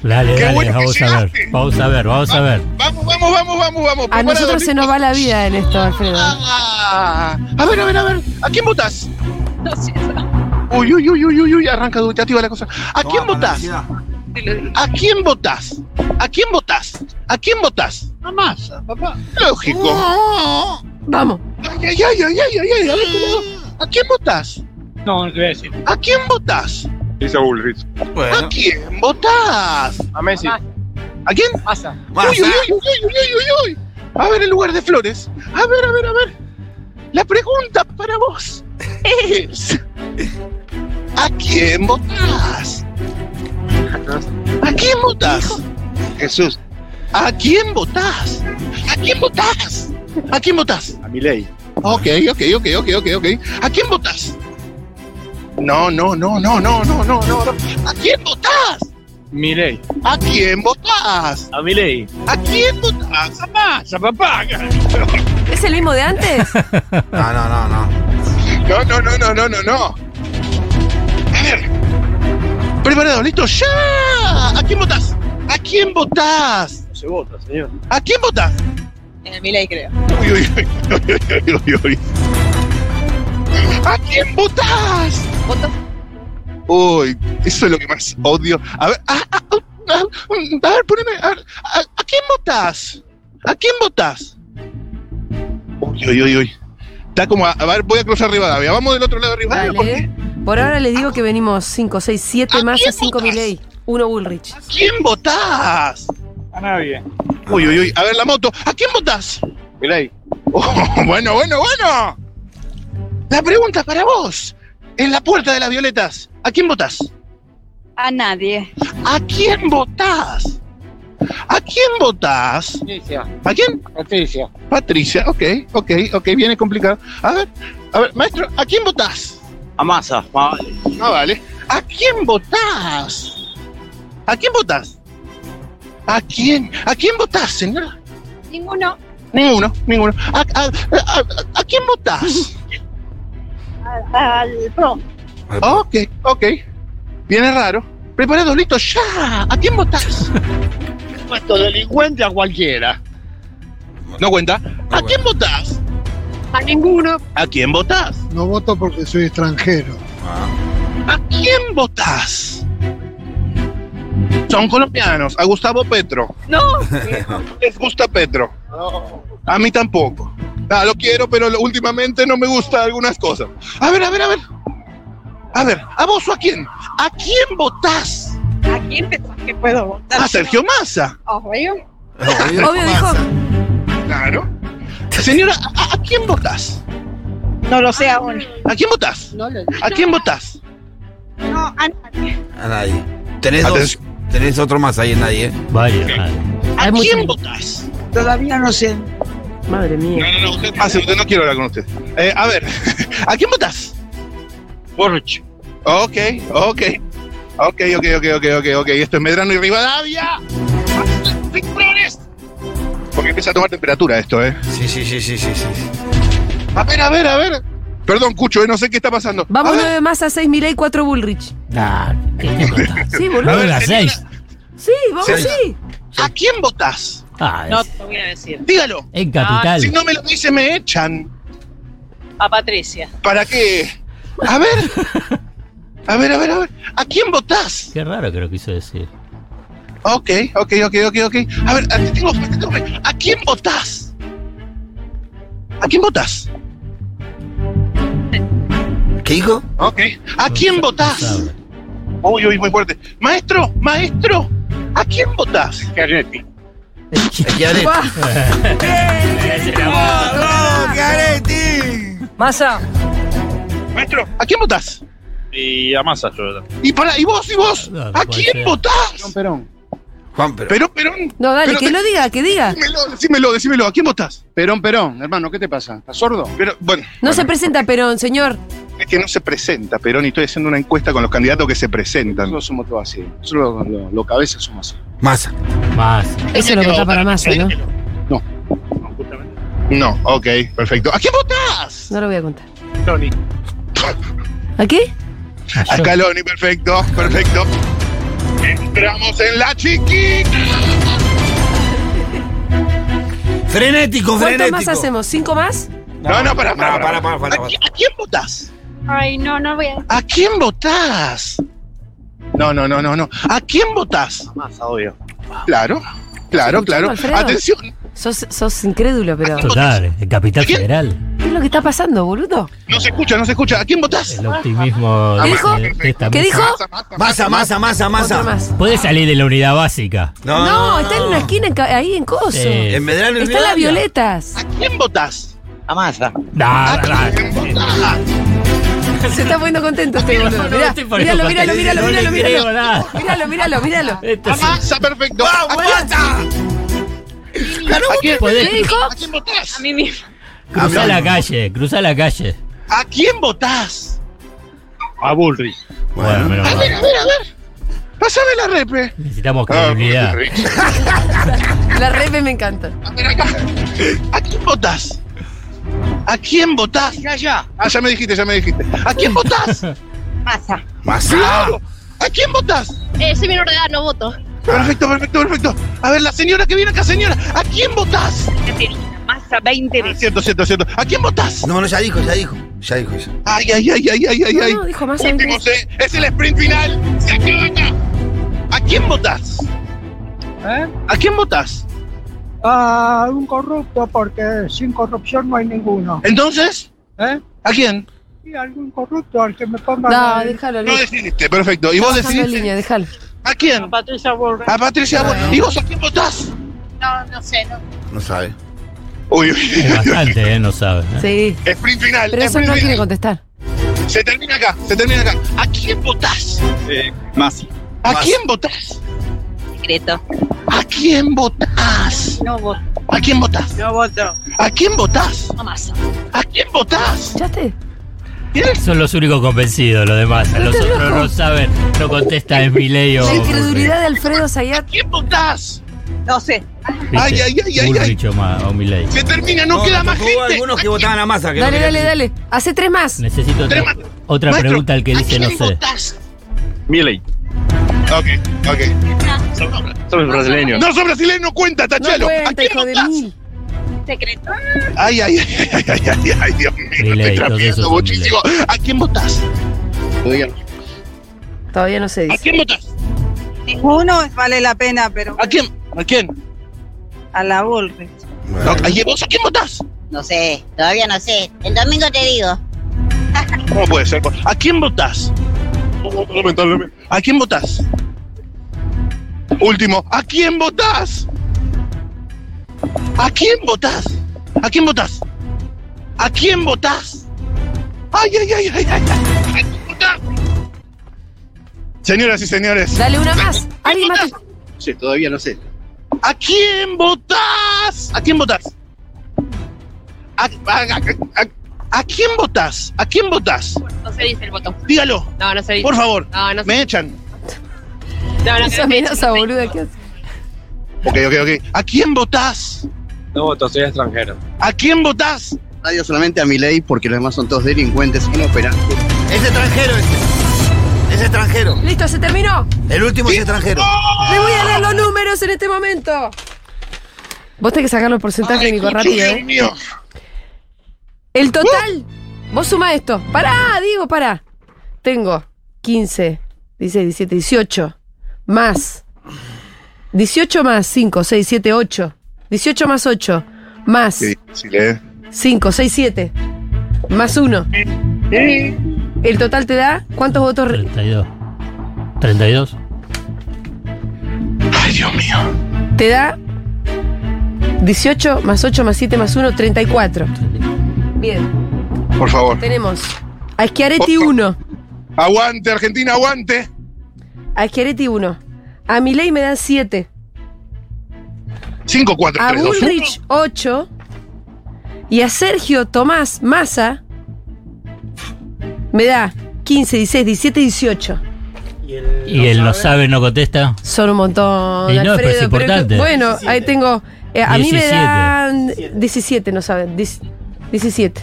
[SPEAKER 19] Dale,
[SPEAKER 13] Qué
[SPEAKER 19] dale,
[SPEAKER 13] bueno que
[SPEAKER 19] vamos a ver. Vamos a ver, vamos a ver.
[SPEAKER 13] Vamos, vamos, vamos, vamos, vamos.
[SPEAKER 5] A nosotros se nos va la vida en esto, Alfredo.
[SPEAKER 13] Ah, a ver, a ver, a ver. ¿A quién votás? Uy, uy, uy, uy, uy, uy, arranca ya te iba la cosa. ¿A quién votás? ¿A quién votás? ¿A quién votás? ¿A quién votás? A masa, papá. Lógico.
[SPEAKER 5] Vamos.
[SPEAKER 13] Ay, ay, ay, ay, ay, ay, a ver, cuidado. ¿A quién votás?
[SPEAKER 19] No, no te voy a decir.
[SPEAKER 13] ¿A quién votás?
[SPEAKER 20] Dice Bullrich.
[SPEAKER 13] ¿A quién votás? A Messi. ¿A quién? Masa. Uy, uy, uy, uy, uy, uy, uy, uy. A ver el lugar de flores. A ver, a ver, a ver. La pregunta para vos es... ¿A quién votás? ¿A quién votás? Jesús. ¿A quién votás? ¿A quién votás? ¿A quién votás?
[SPEAKER 8] A mi ley.
[SPEAKER 13] Ok, ok, ok, ok, ok, ok. ¿A quién votás? No, no, no, no, no, no, no, no. no. ¿A quién votás?
[SPEAKER 19] Miley.
[SPEAKER 13] ¿A quién votás?
[SPEAKER 19] A Miley.
[SPEAKER 13] ¿A quién votás? A masa, papá.
[SPEAKER 5] ¿Es el mismo de antes?
[SPEAKER 6] No, no, no, no.
[SPEAKER 13] No, no, no, no, no, no, no. A ver. Preparado, listo, ya. ¿A quién votás? ¿A quién votás?
[SPEAKER 8] No se vota, señor.
[SPEAKER 13] ¿A quién votás?
[SPEAKER 11] En el Miley, creo.
[SPEAKER 13] Uy, uy, uy, uy, uy, uy, uy, uy. ¿A quién votás? Uy, eso es lo que más odio. A ver, ah, ah, ah, ah, a, ver, poneme. A, ver, ¿a- a quién votás? ¿A quién votás? Uy, uy, uy, uy. Está como. A, a ver, voy a cruzar Rivadavia. Vamos del otro lado de Rivadavia. porque-
[SPEAKER 5] Dale. Por ahora les digo que venimos 5, 6, 7 más a 5 Miley. Uno Bullrich.
[SPEAKER 13] ¿Quién votás?
[SPEAKER 19] A nadie.
[SPEAKER 13] Uy, uy, uy. A ver la moto. ¿A quién votás? Milei. bueno, bueno, bueno. La pregunta para vos. En la puerta de las violetas. ¿A quién votás?
[SPEAKER 4] A nadie.
[SPEAKER 13] ¿A quién votás? ¿A quién votás? ¿A quién? Patricia. Patricia, ok, ok, ok, viene complicado. A ver, a ver, maestro, ¿a quién votás?
[SPEAKER 21] A masa.
[SPEAKER 13] No vale. ¿A quién votás? ¿A quién votás? ¿A quién? ¿A quién votás, señora?
[SPEAKER 4] Ninguno.
[SPEAKER 13] Ninguno, ninguno. ¿A, a- a- a- a quién votás?
[SPEAKER 4] Al, al pro.
[SPEAKER 13] ok, ok. Viene raro. Preparados, listos, ya. ¿A quién votás? Puesto delincuente a cualquiera. No cuenta. ¿A quién votás?
[SPEAKER 14] A ninguno.
[SPEAKER 13] ¿A quién votás?
[SPEAKER 20] No voto porque soy extranjero.
[SPEAKER 13] ¿A quién votás? Son colombianos. A Gustavo Petro.
[SPEAKER 4] No.
[SPEAKER 13] Les gusta Petro. A mí tampoco. Ah, lo quiero, pero lo- últimamente no me gusta algunas cosas. A ver, a ver, a ver. A ver, ¿a vos o a quién? ¿A quién votás?
[SPEAKER 4] ¿A quién pensás que puedo votar?
[SPEAKER 13] A Sergio Massa.
[SPEAKER 4] Obvio.
[SPEAKER 5] Obvio dijo.
[SPEAKER 13] Claro. Señora, ¿a, a quién votás?
[SPEAKER 4] No lo sé aún.
[SPEAKER 13] ¿A quién votás?
[SPEAKER 4] No lo
[SPEAKER 13] ¿A quién votás?
[SPEAKER 4] No, a nadie.
[SPEAKER 6] A nadie. Tenés dos. Tenés otro más ahí en nadie, ¿eh?
[SPEAKER 19] Vaya,
[SPEAKER 13] ¿A quién votás?
[SPEAKER 9] Todavía no sé.
[SPEAKER 5] Madre mía.
[SPEAKER 13] No, no, no, usted pase, usted ah, no quiero hablar con usted. Eh, a ver, ¿a quién votás? Borch. Ok, ok. Ok, ok, ok, ok, ok, ok. Esto es Medrano y Rivadavia. ¡Flores! Porque empieza a tomar temperatura esto, ¿eh?
[SPEAKER 6] Sí, sí, sí, sí, sí, sí.
[SPEAKER 13] A ver, a ver, a ver. Perdón, Cucho, eh, no sé qué está pasando.
[SPEAKER 5] Vamos
[SPEAKER 13] a ver,
[SPEAKER 5] 9 más a 6 Miley, 4 Bullrich.
[SPEAKER 19] Nah,
[SPEAKER 5] Sí, boludo.
[SPEAKER 19] A ver, las seis.
[SPEAKER 5] Sí, vamos,
[SPEAKER 13] Sí.
[SPEAKER 5] sí.
[SPEAKER 13] ¿a quién votás?
[SPEAKER 19] Ah,
[SPEAKER 7] No
[SPEAKER 19] es-
[SPEAKER 7] te voy a decir.
[SPEAKER 13] Dígalo.
[SPEAKER 19] en capital.
[SPEAKER 13] Si no me lo dice, me echan.
[SPEAKER 7] A Patricia.
[SPEAKER 13] ¿Para qué? A ver. A ver, a ver, a ver. ¿A quién votás?
[SPEAKER 22] Qué raro que lo quiso decir.
[SPEAKER 13] Ok, ok, ok, ok, ok. A ver, a- te tengo, te tengo- ¿a quién votás? ¿A quién votás?
[SPEAKER 6] ¿Qué dijo?
[SPEAKER 13] Ok. ¿A quién votás? Uy, uy, muy fuerte. Maestro, maestro, ¿a quién votás? Schiaretti.
[SPEAKER 6] Schiaretti.
[SPEAKER 23] Masa.
[SPEAKER 13] Maestro, ¿a quién votás?
[SPEAKER 24] Y a Massa yo.
[SPEAKER 13] Y para, y vos, y vos,
[SPEAKER 24] No, no
[SPEAKER 13] ¿a
[SPEAKER 24] puede
[SPEAKER 13] quién
[SPEAKER 24] ser.
[SPEAKER 13] votás?
[SPEAKER 24] Juan Perón.
[SPEAKER 6] Juan Perón.
[SPEAKER 13] Perón, Perón.
[SPEAKER 5] No, dale,
[SPEAKER 13] Pero
[SPEAKER 5] que
[SPEAKER 13] te-
[SPEAKER 5] lo diga, que diga.
[SPEAKER 13] Dímelo, decímelo, decímelo, ¿a quién votás?
[SPEAKER 24] Perón, Perón, hermano, ¿qué te pasa? ¿Estás sordo?
[SPEAKER 13] Pero, bueno,
[SPEAKER 5] No se presenta Perón, señor.
[SPEAKER 13] es que no se presenta Perón y estoy haciendo una encuesta con los candidatos que se presentan.
[SPEAKER 24] Nosotros somos todos así. Nosotros lo, lo, lo cabeza somos así.
[SPEAKER 6] Masa.
[SPEAKER 22] Massa.
[SPEAKER 5] Eso lo votó para Massa, ¿no?
[SPEAKER 13] No, ok, perfecto. ¿A quién votás?
[SPEAKER 5] No lo voy a contar.
[SPEAKER 13] Loni.
[SPEAKER 5] ¿A qué?
[SPEAKER 6] Ah,
[SPEAKER 13] A Scaloni, perfecto, perfecto. Entramos en la chiqui.
[SPEAKER 6] Frenético,
[SPEAKER 5] ¿Cuántos más
[SPEAKER 6] frenético.
[SPEAKER 5] hacemos? ¿Cinco más?
[SPEAKER 13] No, no, para, para,
[SPEAKER 6] No, para, para, para,
[SPEAKER 13] ¿A,
[SPEAKER 6] para.
[SPEAKER 13] qui- a quién votás?
[SPEAKER 4] Ay, no, no voy a.
[SPEAKER 13] ¿A quién votás? No, no, no, no, no. ¿A quién votás?
[SPEAKER 24] Massa, obvio.
[SPEAKER 13] Claro, claro, claro.
[SPEAKER 5] Alfredo?
[SPEAKER 13] Atención,
[SPEAKER 5] Sos, sos incrédulo, pero.
[SPEAKER 22] Total, el capital federal.
[SPEAKER 5] ¿Qué es lo que está pasando, boludo?
[SPEAKER 13] no se escucha, no se escucha. ¿A quién votás? Ah,
[SPEAKER 22] El optimismo
[SPEAKER 5] ¿Qué
[SPEAKER 22] de-
[SPEAKER 5] dijo?
[SPEAKER 22] de- de esta
[SPEAKER 5] ¿Qué
[SPEAKER 22] mesa.
[SPEAKER 5] dijo?
[SPEAKER 6] Masa, masa, masa,
[SPEAKER 5] Otro
[SPEAKER 6] masa.
[SPEAKER 5] más.
[SPEAKER 22] Puede salir de la unidad básica.
[SPEAKER 5] No, está en una esquina en ca- ahí en Coso.
[SPEAKER 22] Sí.
[SPEAKER 6] En Medrano y
[SPEAKER 5] Está en las
[SPEAKER 6] Rivadavia.
[SPEAKER 5] violetas.
[SPEAKER 13] ¿A quién votás?
[SPEAKER 21] A Massa.
[SPEAKER 22] Nah, nah,
[SPEAKER 13] ¿A quién votás?
[SPEAKER 5] Se está poniendo contento este boludo.
[SPEAKER 22] Ah. no, no
[SPEAKER 5] Mirá,
[SPEAKER 22] estoy por
[SPEAKER 5] Míralo,
[SPEAKER 22] eso,
[SPEAKER 5] míralo, míralo,
[SPEAKER 22] no le
[SPEAKER 5] míralo,
[SPEAKER 22] creo
[SPEAKER 5] míralo.
[SPEAKER 22] nada.
[SPEAKER 5] Míralo, míralo, míralo.
[SPEAKER 22] Esto
[SPEAKER 13] A
[SPEAKER 22] es-
[SPEAKER 13] Massa, perfecto. ¿A
[SPEAKER 6] ¡Vamos,
[SPEAKER 13] quién-
[SPEAKER 6] masa!
[SPEAKER 13] ¿A quién,
[SPEAKER 22] Podés
[SPEAKER 5] ¿Qué dijo?
[SPEAKER 13] a quién votás?
[SPEAKER 4] mí mismo.
[SPEAKER 22] cruzá la calle, cruzá la calle.
[SPEAKER 13] ¿A quién votás?
[SPEAKER 24] A Bullrich.
[SPEAKER 22] Bueno, menos
[SPEAKER 13] A
[SPEAKER 22] mal.
[SPEAKER 13] ver, a ver, a ver. Pásame la repe.
[SPEAKER 22] Necesitamos credibilidad.
[SPEAKER 5] La repe me encanta.
[SPEAKER 13] A ver acá. ¿A quién votás? ¿A quién votás?
[SPEAKER 25] Ya, ya.
[SPEAKER 13] Ah, ya me dijiste, ya me dijiste. ¿A quién votás?
[SPEAKER 4] Pasa.
[SPEAKER 6] Masa.
[SPEAKER 13] ¡Claro! ¿A quién votás?
[SPEAKER 4] Eh, soy menor de edad, no voto.
[SPEAKER 13] Perfecto, perfecto, perfecto. A ver, la señora que viene acá, señora. ¿A quién votás?
[SPEAKER 4] Masa 20
[SPEAKER 13] Ah, Cierto, cierto, cierto. ¿A quién votás? Ah,
[SPEAKER 6] No, no, ya dijo, ya dijo. Ya dijo ya.
[SPEAKER 13] Ay, ay, ay, ay, ay, ay,
[SPEAKER 5] No,
[SPEAKER 13] ay.
[SPEAKER 5] no, dijo más
[SPEAKER 13] Último,
[SPEAKER 5] antes.
[SPEAKER 13] se- es el sprint final. Se acaba acá. ¿A quién votás?
[SPEAKER 25] ¿Eh?
[SPEAKER 13] ¿A quién votás?
[SPEAKER 25] A un corrupto, porque sin corrupción no hay ninguno.
[SPEAKER 13] Entonces,
[SPEAKER 25] ¿Eh?
[SPEAKER 13] ¿a quién?
[SPEAKER 25] Sí, algún corrupto al que me ponga.
[SPEAKER 5] No, déjalo,
[SPEAKER 13] No
[SPEAKER 5] Luis.
[SPEAKER 13] decidiste, perfecto. ¿Y vos
[SPEAKER 5] Bajando en
[SPEAKER 13] decidiste?
[SPEAKER 5] línea, déjalo.
[SPEAKER 13] ¿A quién?
[SPEAKER 4] Patricia Borges.
[SPEAKER 13] A Patricia.
[SPEAKER 6] Ah.
[SPEAKER 13] Bo- ¿Y vos a quién votás?
[SPEAKER 4] No, no sé, no.
[SPEAKER 6] No sabe.
[SPEAKER 13] Uy, uy, uy,
[SPEAKER 22] Es
[SPEAKER 13] uy, uy.
[SPEAKER 22] bastante, ¿eh? No sabes. ¿eh?
[SPEAKER 5] Sí.
[SPEAKER 13] Sprint final.
[SPEAKER 5] Pero eso
[SPEAKER 13] sprint
[SPEAKER 5] no quiere
[SPEAKER 13] final.
[SPEAKER 5] contestar.
[SPEAKER 13] Se termina acá, se termina acá. ¿A quién votás?
[SPEAKER 24] Eh, Massa.
[SPEAKER 13] ¿A
[SPEAKER 6] Más.
[SPEAKER 13] quién votás?
[SPEAKER 11] Secreto.
[SPEAKER 13] ¿A quién votás?
[SPEAKER 4] No voto.
[SPEAKER 13] ¿A quién votás?
[SPEAKER 4] No voto.
[SPEAKER 13] ¿A quién votás?
[SPEAKER 4] No Massa.
[SPEAKER 13] ¿A quién votás?
[SPEAKER 5] ¿Ya te?
[SPEAKER 22] Son los únicos convencidos, los demás. Los
[SPEAKER 5] estás
[SPEAKER 22] otros
[SPEAKER 5] loco.
[SPEAKER 22] no saben, no contesta es Milei o.
[SPEAKER 5] La incredulidad de Alfredo Sayat.
[SPEAKER 13] ¿A quién votás?
[SPEAKER 4] No sé.
[SPEAKER 22] ¿Viste?
[SPEAKER 13] Ay, ay, ay, ay,
[SPEAKER 22] Bullrich o Ma- o Milei.
[SPEAKER 13] Se termina, no, queda más
[SPEAKER 6] hubo
[SPEAKER 13] gente.
[SPEAKER 6] algunos que votaban a masa. Que
[SPEAKER 5] Dale,
[SPEAKER 6] no
[SPEAKER 5] dale,
[SPEAKER 6] querían-
[SPEAKER 5] dale. Hace tres más.
[SPEAKER 22] Necesito otra,
[SPEAKER 13] Trema-
[SPEAKER 22] otra
[SPEAKER 13] Maestro,
[SPEAKER 22] pregunta al que
[SPEAKER 13] ¿a
[SPEAKER 22] dice no
[SPEAKER 13] quién
[SPEAKER 22] sé.
[SPEAKER 13] votás?
[SPEAKER 24] Milei.
[SPEAKER 13] Ok, ok.
[SPEAKER 24] Somos brasileños.
[SPEAKER 13] No, son brasileños, no cuenta,
[SPEAKER 5] No
[SPEAKER 13] Tachelo. ¿A
[SPEAKER 5] cuenta,
[SPEAKER 13] quién
[SPEAKER 5] hijo de
[SPEAKER 13] votás?
[SPEAKER 5] mil.
[SPEAKER 4] Secreto.
[SPEAKER 13] Ay, ay, ay, ay, ay, ay, ay, Dios mío,
[SPEAKER 22] Milei, todos esos
[SPEAKER 13] estoy trapeando
[SPEAKER 22] son
[SPEAKER 13] muchísimo. ¿A quién votás?
[SPEAKER 5] Todavía no se
[SPEAKER 13] ¿A
[SPEAKER 5] dice.
[SPEAKER 13] quién votás?
[SPEAKER 3] Ninguno vale la pena, pero
[SPEAKER 13] ¿A quién? ¿A quién?
[SPEAKER 3] a la Bullrich.
[SPEAKER 13] No, ay, ¿Vos a quién votás?
[SPEAKER 10] No sé, todavía no sé. El domingo te digo.
[SPEAKER 13] ¿Cómo puede ser? ¿A quién votás? ¿A quién votás? Último, ¿a quién votás? ¿A quién votás? ¿A quién votás? ¿A quién votás? ¡Ay, ay, ay, ay, ay! ay. ¿A quién votás? Señoras y señores,
[SPEAKER 5] Dale una más. Alguien más. que-
[SPEAKER 24] Sí, todavía no sé.
[SPEAKER 13] ¿a quién votás? ¿A quién votás? ¿A, a- a- a- a quién votás? ¿A quién votás?
[SPEAKER 2] No se dice el voto.
[SPEAKER 13] Dígalo,
[SPEAKER 2] No, no se dice.
[SPEAKER 13] por favor.
[SPEAKER 2] No, no se
[SPEAKER 13] Me echan.
[SPEAKER 2] No, no
[SPEAKER 5] Esa
[SPEAKER 2] se
[SPEAKER 5] amenaza boluda que hace.
[SPEAKER 13] Ok, ok, ok. ¿A quién votás?
[SPEAKER 24] No voto, soy extranjero.
[SPEAKER 13] ¿A quién votás?
[SPEAKER 21] Radio solamente a Milei porque los demás son todos delincuentes inoperantes.
[SPEAKER 6] Es extranjero ese. Es extranjero.
[SPEAKER 5] Listo, se terminó.
[SPEAKER 6] El último es extranjero.
[SPEAKER 5] Le voy a dar los números en este momento. Vos tenés que sacar los porcentajes, Nico,
[SPEAKER 13] Cucho,
[SPEAKER 5] rápido,
[SPEAKER 13] Dios
[SPEAKER 5] ¿eh?
[SPEAKER 13] mío.
[SPEAKER 5] El total. Vos suma esto. Pará, digo, pará. Tengo 15, 16, 17, 18. Más. 18 más 5, 6, 7, 8. 18 más 8. Más
[SPEAKER 13] Qué difícil, ¿eh?
[SPEAKER 5] 5, 6, 7. Más 1. El total te da cuántos votos. re-
[SPEAKER 22] 32. 32.
[SPEAKER 13] Ay, Dios mío.
[SPEAKER 5] Te da 18 más 8 más 7 más 1, 34. Bien.
[SPEAKER 13] Por favor.
[SPEAKER 5] Tenemos a Schiaretti 1.
[SPEAKER 13] Aguante, Argentina, aguante.
[SPEAKER 5] A Schiaretti 1. A Milei me dan 7.
[SPEAKER 13] 5, 4,
[SPEAKER 5] A
[SPEAKER 13] 3, 2, 1.
[SPEAKER 5] Bullrich 8. Y a Sergio Tomás Massa me da 15, 16, 17, 18.
[SPEAKER 22] Y él lo sabe, no contesta.
[SPEAKER 5] Son un montón.
[SPEAKER 22] Y no, pero es
[SPEAKER 5] Alfredo, que-
[SPEAKER 22] importante.
[SPEAKER 5] bueno, ahí tengo. eh, a mí me
[SPEAKER 22] 17.
[SPEAKER 5] dan 17, no saben. 17.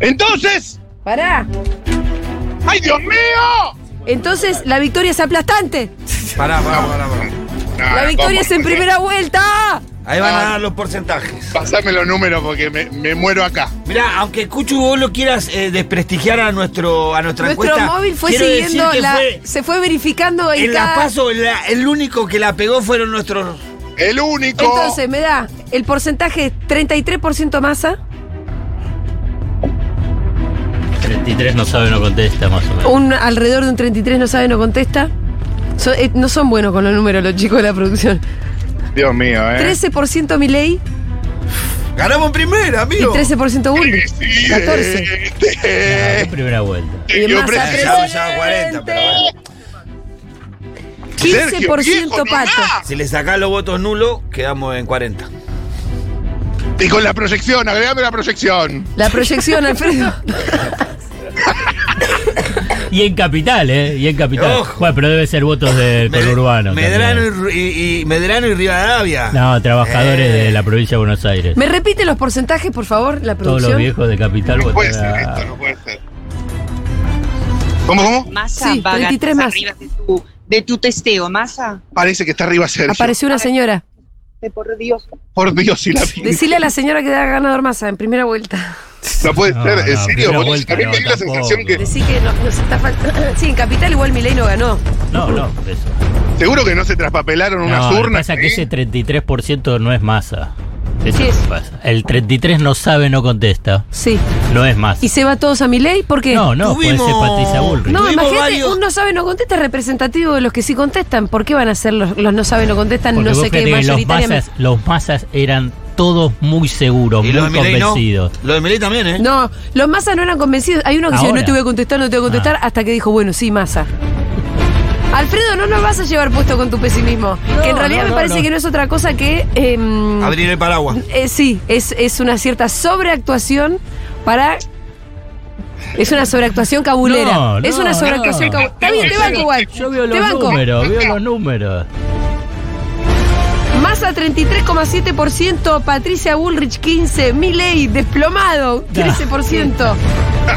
[SPEAKER 13] Entonces.
[SPEAKER 5] Pará.
[SPEAKER 13] ¡Ay, Dios mío!
[SPEAKER 5] Entonces la victoria es aplastante.
[SPEAKER 6] Pará, pará, pará. pará.
[SPEAKER 13] Ah,
[SPEAKER 5] La victoria es en primera vuelta.
[SPEAKER 6] Ahí van a dar los porcentajes.
[SPEAKER 13] Pasame los números porque me, me muero acá.
[SPEAKER 6] Mirá, aunque Cuchu vos lo quieras eh, desprestigiar a, nuestro, a nuestra
[SPEAKER 5] Nuestro
[SPEAKER 6] encuesta.
[SPEAKER 5] móvil fue
[SPEAKER 6] quiero decir
[SPEAKER 5] siguiendo
[SPEAKER 6] que
[SPEAKER 5] la.
[SPEAKER 6] fue-
[SPEAKER 5] se fue verificando en
[SPEAKER 6] en la
[SPEAKER 5] cada-
[SPEAKER 6] paso, la- el único que la pegó fueron nuestros.
[SPEAKER 13] El único.
[SPEAKER 5] Entonces me da el porcentaje es 33% masa,
[SPEAKER 22] 33 no sabe, no contesta, más o menos.
[SPEAKER 5] un alrededor de un 33 no sabe, no contesta. So- eh, no son buenos con los números los chicos de la producción.
[SPEAKER 6] Eh.
[SPEAKER 13] Dios mío, ¿eh?
[SPEAKER 5] 13% Milei
[SPEAKER 6] Ganamos en primera,
[SPEAKER 5] y
[SPEAKER 6] amigo.
[SPEAKER 5] 13% Bullrich. 14.
[SPEAKER 22] Es primera vuelta.
[SPEAKER 5] Y en
[SPEAKER 6] Yo
[SPEAKER 5] masa
[SPEAKER 6] prefiero- Eh, Ya usaba 40, pero bueno.
[SPEAKER 5] 15%
[SPEAKER 13] Sergio, viejo,
[SPEAKER 5] Pato.
[SPEAKER 6] Si le sacás los votos nulos, quedamos en 40.
[SPEAKER 13] Y con la proyección, agregame la proyección.
[SPEAKER 5] La proyección, Alfredo.
[SPEAKER 22] Y en capital, ¿eh? Y en capital.
[SPEAKER 6] Ojo.
[SPEAKER 22] Bueno, pero debe ser votos del conurbano.
[SPEAKER 6] Medrano y,
[SPEAKER 22] también.
[SPEAKER 6] Ru- y- y- Medrano y Rivadavia.
[SPEAKER 22] No, trabajadores
[SPEAKER 6] Eh.
[SPEAKER 22] de la provincia de Buenos Aires.
[SPEAKER 5] ¿Me repite los porcentajes, por favor, la
[SPEAKER 22] Todos los
[SPEAKER 5] producción?
[SPEAKER 22] viejos de capital
[SPEAKER 13] No puede
[SPEAKER 22] votan
[SPEAKER 13] ser
[SPEAKER 22] a-
[SPEAKER 13] esto, no puede ser. ¿Cómo, cómo?
[SPEAKER 2] Masa
[SPEAKER 5] Sí,
[SPEAKER 2] va a
[SPEAKER 5] 23
[SPEAKER 2] ganar
[SPEAKER 5] más.
[SPEAKER 2] arriba de tu, de tu testeo, Masa.
[SPEAKER 13] Parece que está arriba Sergio.
[SPEAKER 5] Apareció una señora.
[SPEAKER 4] Por Dios.
[SPEAKER 13] Por Dios, si la
[SPEAKER 5] Decirle a la señora que da ganador masa en primera vuelta.
[SPEAKER 13] No puede
[SPEAKER 22] No,
[SPEAKER 13] ser, en
[SPEAKER 22] no,
[SPEAKER 13] serio,
[SPEAKER 22] primera
[SPEAKER 13] boludo,
[SPEAKER 22] vuelta
[SPEAKER 13] a mí me
[SPEAKER 22] no,
[SPEAKER 13] dio la sensación que.
[SPEAKER 5] Decí que no- nos está faltando. Sí, en Capital igual Milei no ganó.
[SPEAKER 22] No, no, por eso.
[SPEAKER 13] Seguro que no se traspapelaron unas
[SPEAKER 22] No, lo que
[SPEAKER 13] urnas.
[SPEAKER 22] pasa es que
[SPEAKER 13] ¿eh?
[SPEAKER 22] ese 33% no es masa. Eso
[SPEAKER 5] Sí
[SPEAKER 22] es lo
[SPEAKER 5] es.
[SPEAKER 22] que pasa. El 33 no sabe, no contesta.
[SPEAKER 5] Sí.
[SPEAKER 22] No es masa.
[SPEAKER 5] ¿Y se va todos a Milei? ¿Por qué?
[SPEAKER 22] No, no, puede ser
[SPEAKER 6] Tuvimos-
[SPEAKER 22] Patricia Bullrich.
[SPEAKER 5] No,
[SPEAKER 6] Tuvimos
[SPEAKER 5] imagínate,
[SPEAKER 6] varios-
[SPEAKER 5] un no sabe no contesta es representativo de los que sí contestan. ¿Por qué van a ser los, los no sabe no contestan?
[SPEAKER 22] Porque
[SPEAKER 5] no
[SPEAKER 22] vos
[SPEAKER 5] sé qué
[SPEAKER 22] fíjate que los
[SPEAKER 5] mayoritariamente.
[SPEAKER 22] masas, los masas eran todos muy seguros,
[SPEAKER 6] Y
[SPEAKER 22] muy
[SPEAKER 6] los de Milei no.
[SPEAKER 22] convencidos.
[SPEAKER 6] Los de Milei también, ¿eh?
[SPEAKER 5] No, los masas no eran convencidos. Hay uno que dice,
[SPEAKER 22] Ahora. Ah.
[SPEAKER 5] no te voy a contestar, no te voy a contestar, hasta que dijo, bueno, sí, masa. Alfredo, no nos vas a llevar puesto con tu pesimismo. que en realidad
[SPEAKER 22] no,
[SPEAKER 5] me
[SPEAKER 22] no,
[SPEAKER 5] parece
[SPEAKER 22] no.
[SPEAKER 5] que no es otra cosa que. em,
[SPEAKER 6] Abrir el paraguas.
[SPEAKER 5] Eh, sí, es, es una cierta sobreactuación para. Es una sobreactuación cabulera.
[SPEAKER 22] No, no,
[SPEAKER 5] es una sobreactuación
[SPEAKER 22] no.
[SPEAKER 5] cabulera. Está bien, te banco igual.
[SPEAKER 22] Yo veo
[SPEAKER 5] te
[SPEAKER 22] los
[SPEAKER 5] banco.
[SPEAKER 22] números, veo los números.
[SPEAKER 5] Massa 33,7%, Patricia Bullrich 15%, Milei desplomado 13%,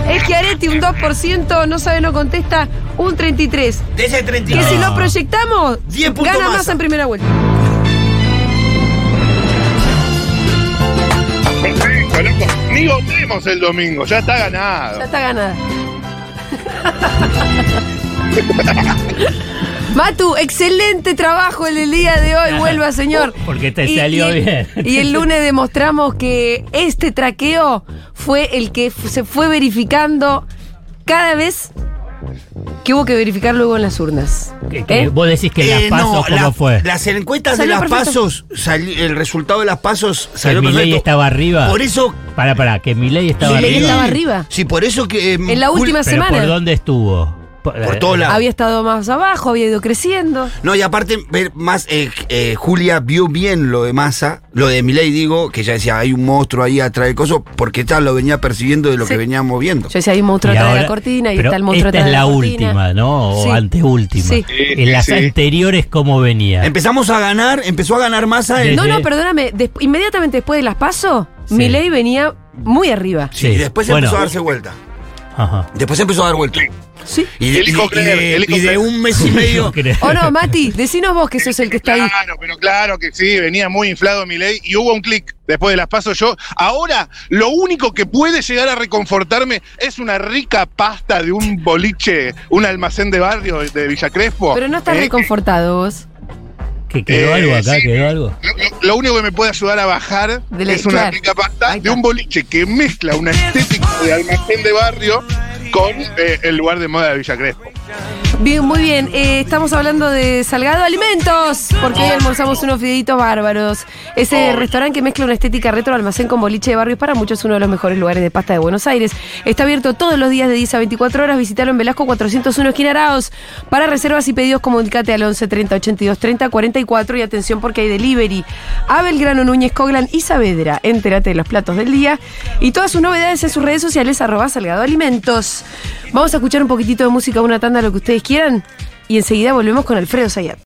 [SPEAKER 5] Eschiaretti un 2%, no sabe, no contesta, un 33%.
[SPEAKER 6] De ese
[SPEAKER 5] Que
[SPEAKER 6] 32.
[SPEAKER 5] si lo proyectamos,
[SPEAKER 6] 10 puntos
[SPEAKER 5] gana
[SPEAKER 6] Massa.
[SPEAKER 5] más en primera vuelta.
[SPEAKER 13] Perfecto, loco. Ni votemos el domingo, ya está ganado.
[SPEAKER 5] Ya está ganada. Matu, excelente trabajo el del día de hoy, vuelva señor.
[SPEAKER 22] Oh, Porque te salió
[SPEAKER 5] y-
[SPEAKER 22] bien.
[SPEAKER 5] Y el lunes demostramos que este traqueo fue el que f- se fue verificando cada vez que hubo que verificar luego en las urnas.
[SPEAKER 22] Que- que
[SPEAKER 5] ¿Eh?
[SPEAKER 22] Vos decís que las
[SPEAKER 6] Eh,
[SPEAKER 22] pasos,
[SPEAKER 6] no,
[SPEAKER 22] ¿cómo
[SPEAKER 6] la-
[SPEAKER 22] fue?
[SPEAKER 6] Las encuestas
[SPEAKER 5] Salió
[SPEAKER 6] de las
[SPEAKER 5] perfecto.
[SPEAKER 6] pasos, sali- el resultado de las pasos
[SPEAKER 22] que
[SPEAKER 6] salió
[SPEAKER 22] mi ley
[SPEAKER 6] perfecto.
[SPEAKER 22] estaba arriba.
[SPEAKER 6] Por eso.
[SPEAKER 22] Para, para, que mi ley estaba
[SPEAKER 5] Milei
[SPEAKER 22] arriba.
[SPEAKER 5] estaba arriba.
[SPEAKER 6] Sí, por eso que. eh,
[SPEAKER 5] En la
[SPEAKER 6] Jul-
[SPEAKER 5] última
[SPEAKER 22] Pero
[SPEAKER 5] semana.
[SPEAKER 22] ¿por eh, dónde estuvo? Por,
[SPEAKER 6] Por todos lados.
[SPEAKER 5] Había estado más abajo, había ido creciendo.
[SPEAKER 6] No, y aparte, ver más, eh, eh, Julia vio bien lo de Massa, lo de Milei, digo, que ya decía, hay un monstruo ahí atrás del coso, porque tal, lo venía percibiendo de lo
[SPEAKER 5] Sí.
[SPEAKER 6] que veníamos viendo.
[SPEAKER 5] Yo decía, hay un monstruo
[SPEAKER 22] Y
[SPEAKER 5] atrás de la
[SPEAKER 22] ahora-
[SPEAKER 5] cortina y
[SPEAKER 22] pero
[SPEAKER 5] está el monstruo
[SPEAKER 22] esta
[SPEAKER 5] atrás de
[SPEAKER 22] es la,
[SPEAKER 5] la cortina.
[SPEAKER 22] última, ¿no? O
[SPEAKER 5] Sí.
[SPEAKER 22] anteúltima.
[SPEAKER 5] Sí.
[SPEAKER 22] En las
[SPEAKER 13] Sí.
[SPEAKER 22] anteriores, ¿cómo venía?
[SPEAKER 6] Empezamos a ganar, empezó a ganar Massa. en-
[SPEAKER 5] No,
[SPEAKER 22] Desde-
[SPEAKER 5] no, perdóname. des- inmediatamente después de las PASO,
[SPEAKER 22] Sí.
[SPEAKER 5] Milei venía muy arriba.
[SPEAKER 6] Sí, y después
[SPEAKER 22] Bueno.
[SPEAKER 6] empezó a darse vuelta.
[SPEAKER 22] Ajá.
[SPEAKER 6] Después empezó a dar vuelta.
[SPEAKER 5] Sí.
[SPEAKER 6] Y de,
[SPEAKER 1] Elijo
[SPEAKER 6] y de- y
[SPEAKER 1] creer,
[SPEAKER 6] de-
[SPEAKER 1] elijo
[SPEAKER 6] y de
[SPEAKER 1] creer.
[SPEAKER 6] un mes y medio.
[SPEAKER 5] O no, Mati, decinos vos que sos el que está ahí.
[SPEAKER 1] Claro, pero claro que sí, venía muy inflado mi ley y hubo un clic después de las pasos yo. Ahora, lo único que puede llegar a reconfortarme es una rica pasta de un boliche, un almacén de barrio de Villa Crespo.
[SPEAKER 5] Pero no estás
[SPEAKER 1] Eh,
[SPEAKER 5] reconfortado vos.
[SPEAKER 22] Que quedó
[SPEAKER 1] Eh,
[SPEAKER 22] algo acá,
[SPEAKER 1] sí.
[SPEAKER 22] quedó algo.
[SPEAKER 1] Lo único que me puede ayudar a bajar
[SPEAKER 5] De la-
[SPEAKER 1] es una
[SPEAKER 5] claro.
[SPEAKER 1] rica pasta de un boliche que mezcla una estética de almacén de barrio con eh, el lugar de moda de Villa Crespo.
[SPEAKER 5] Bien, muy bien. Eh, estamos hablando de Salgado Alimentos, porque hoy almorzamos unos fideitos bárbaros. Ese restaurante que mezcla una estética retro almacén con boliche de barrios para muchos es uno de los mejores lugares de pasta de Buenos Aires. Está abierto todos los días de 10 a 24 horas. Visítalo en Velasco 401 Esquina Araos. Para reservas y pedidos comunícate al 11 30 82 30 44 y atención porque hay delivery. A Belgrano, Núñez, Coglan y Saavedra. Entérate de los platos del día y todas sus novedades en sus redes sociales arroba Salgado Alimentos. Vamos a escuchar un poquitito de música, una tanda, lo que ustedes quieran y enseguida volvemos con Alfredo Sayat.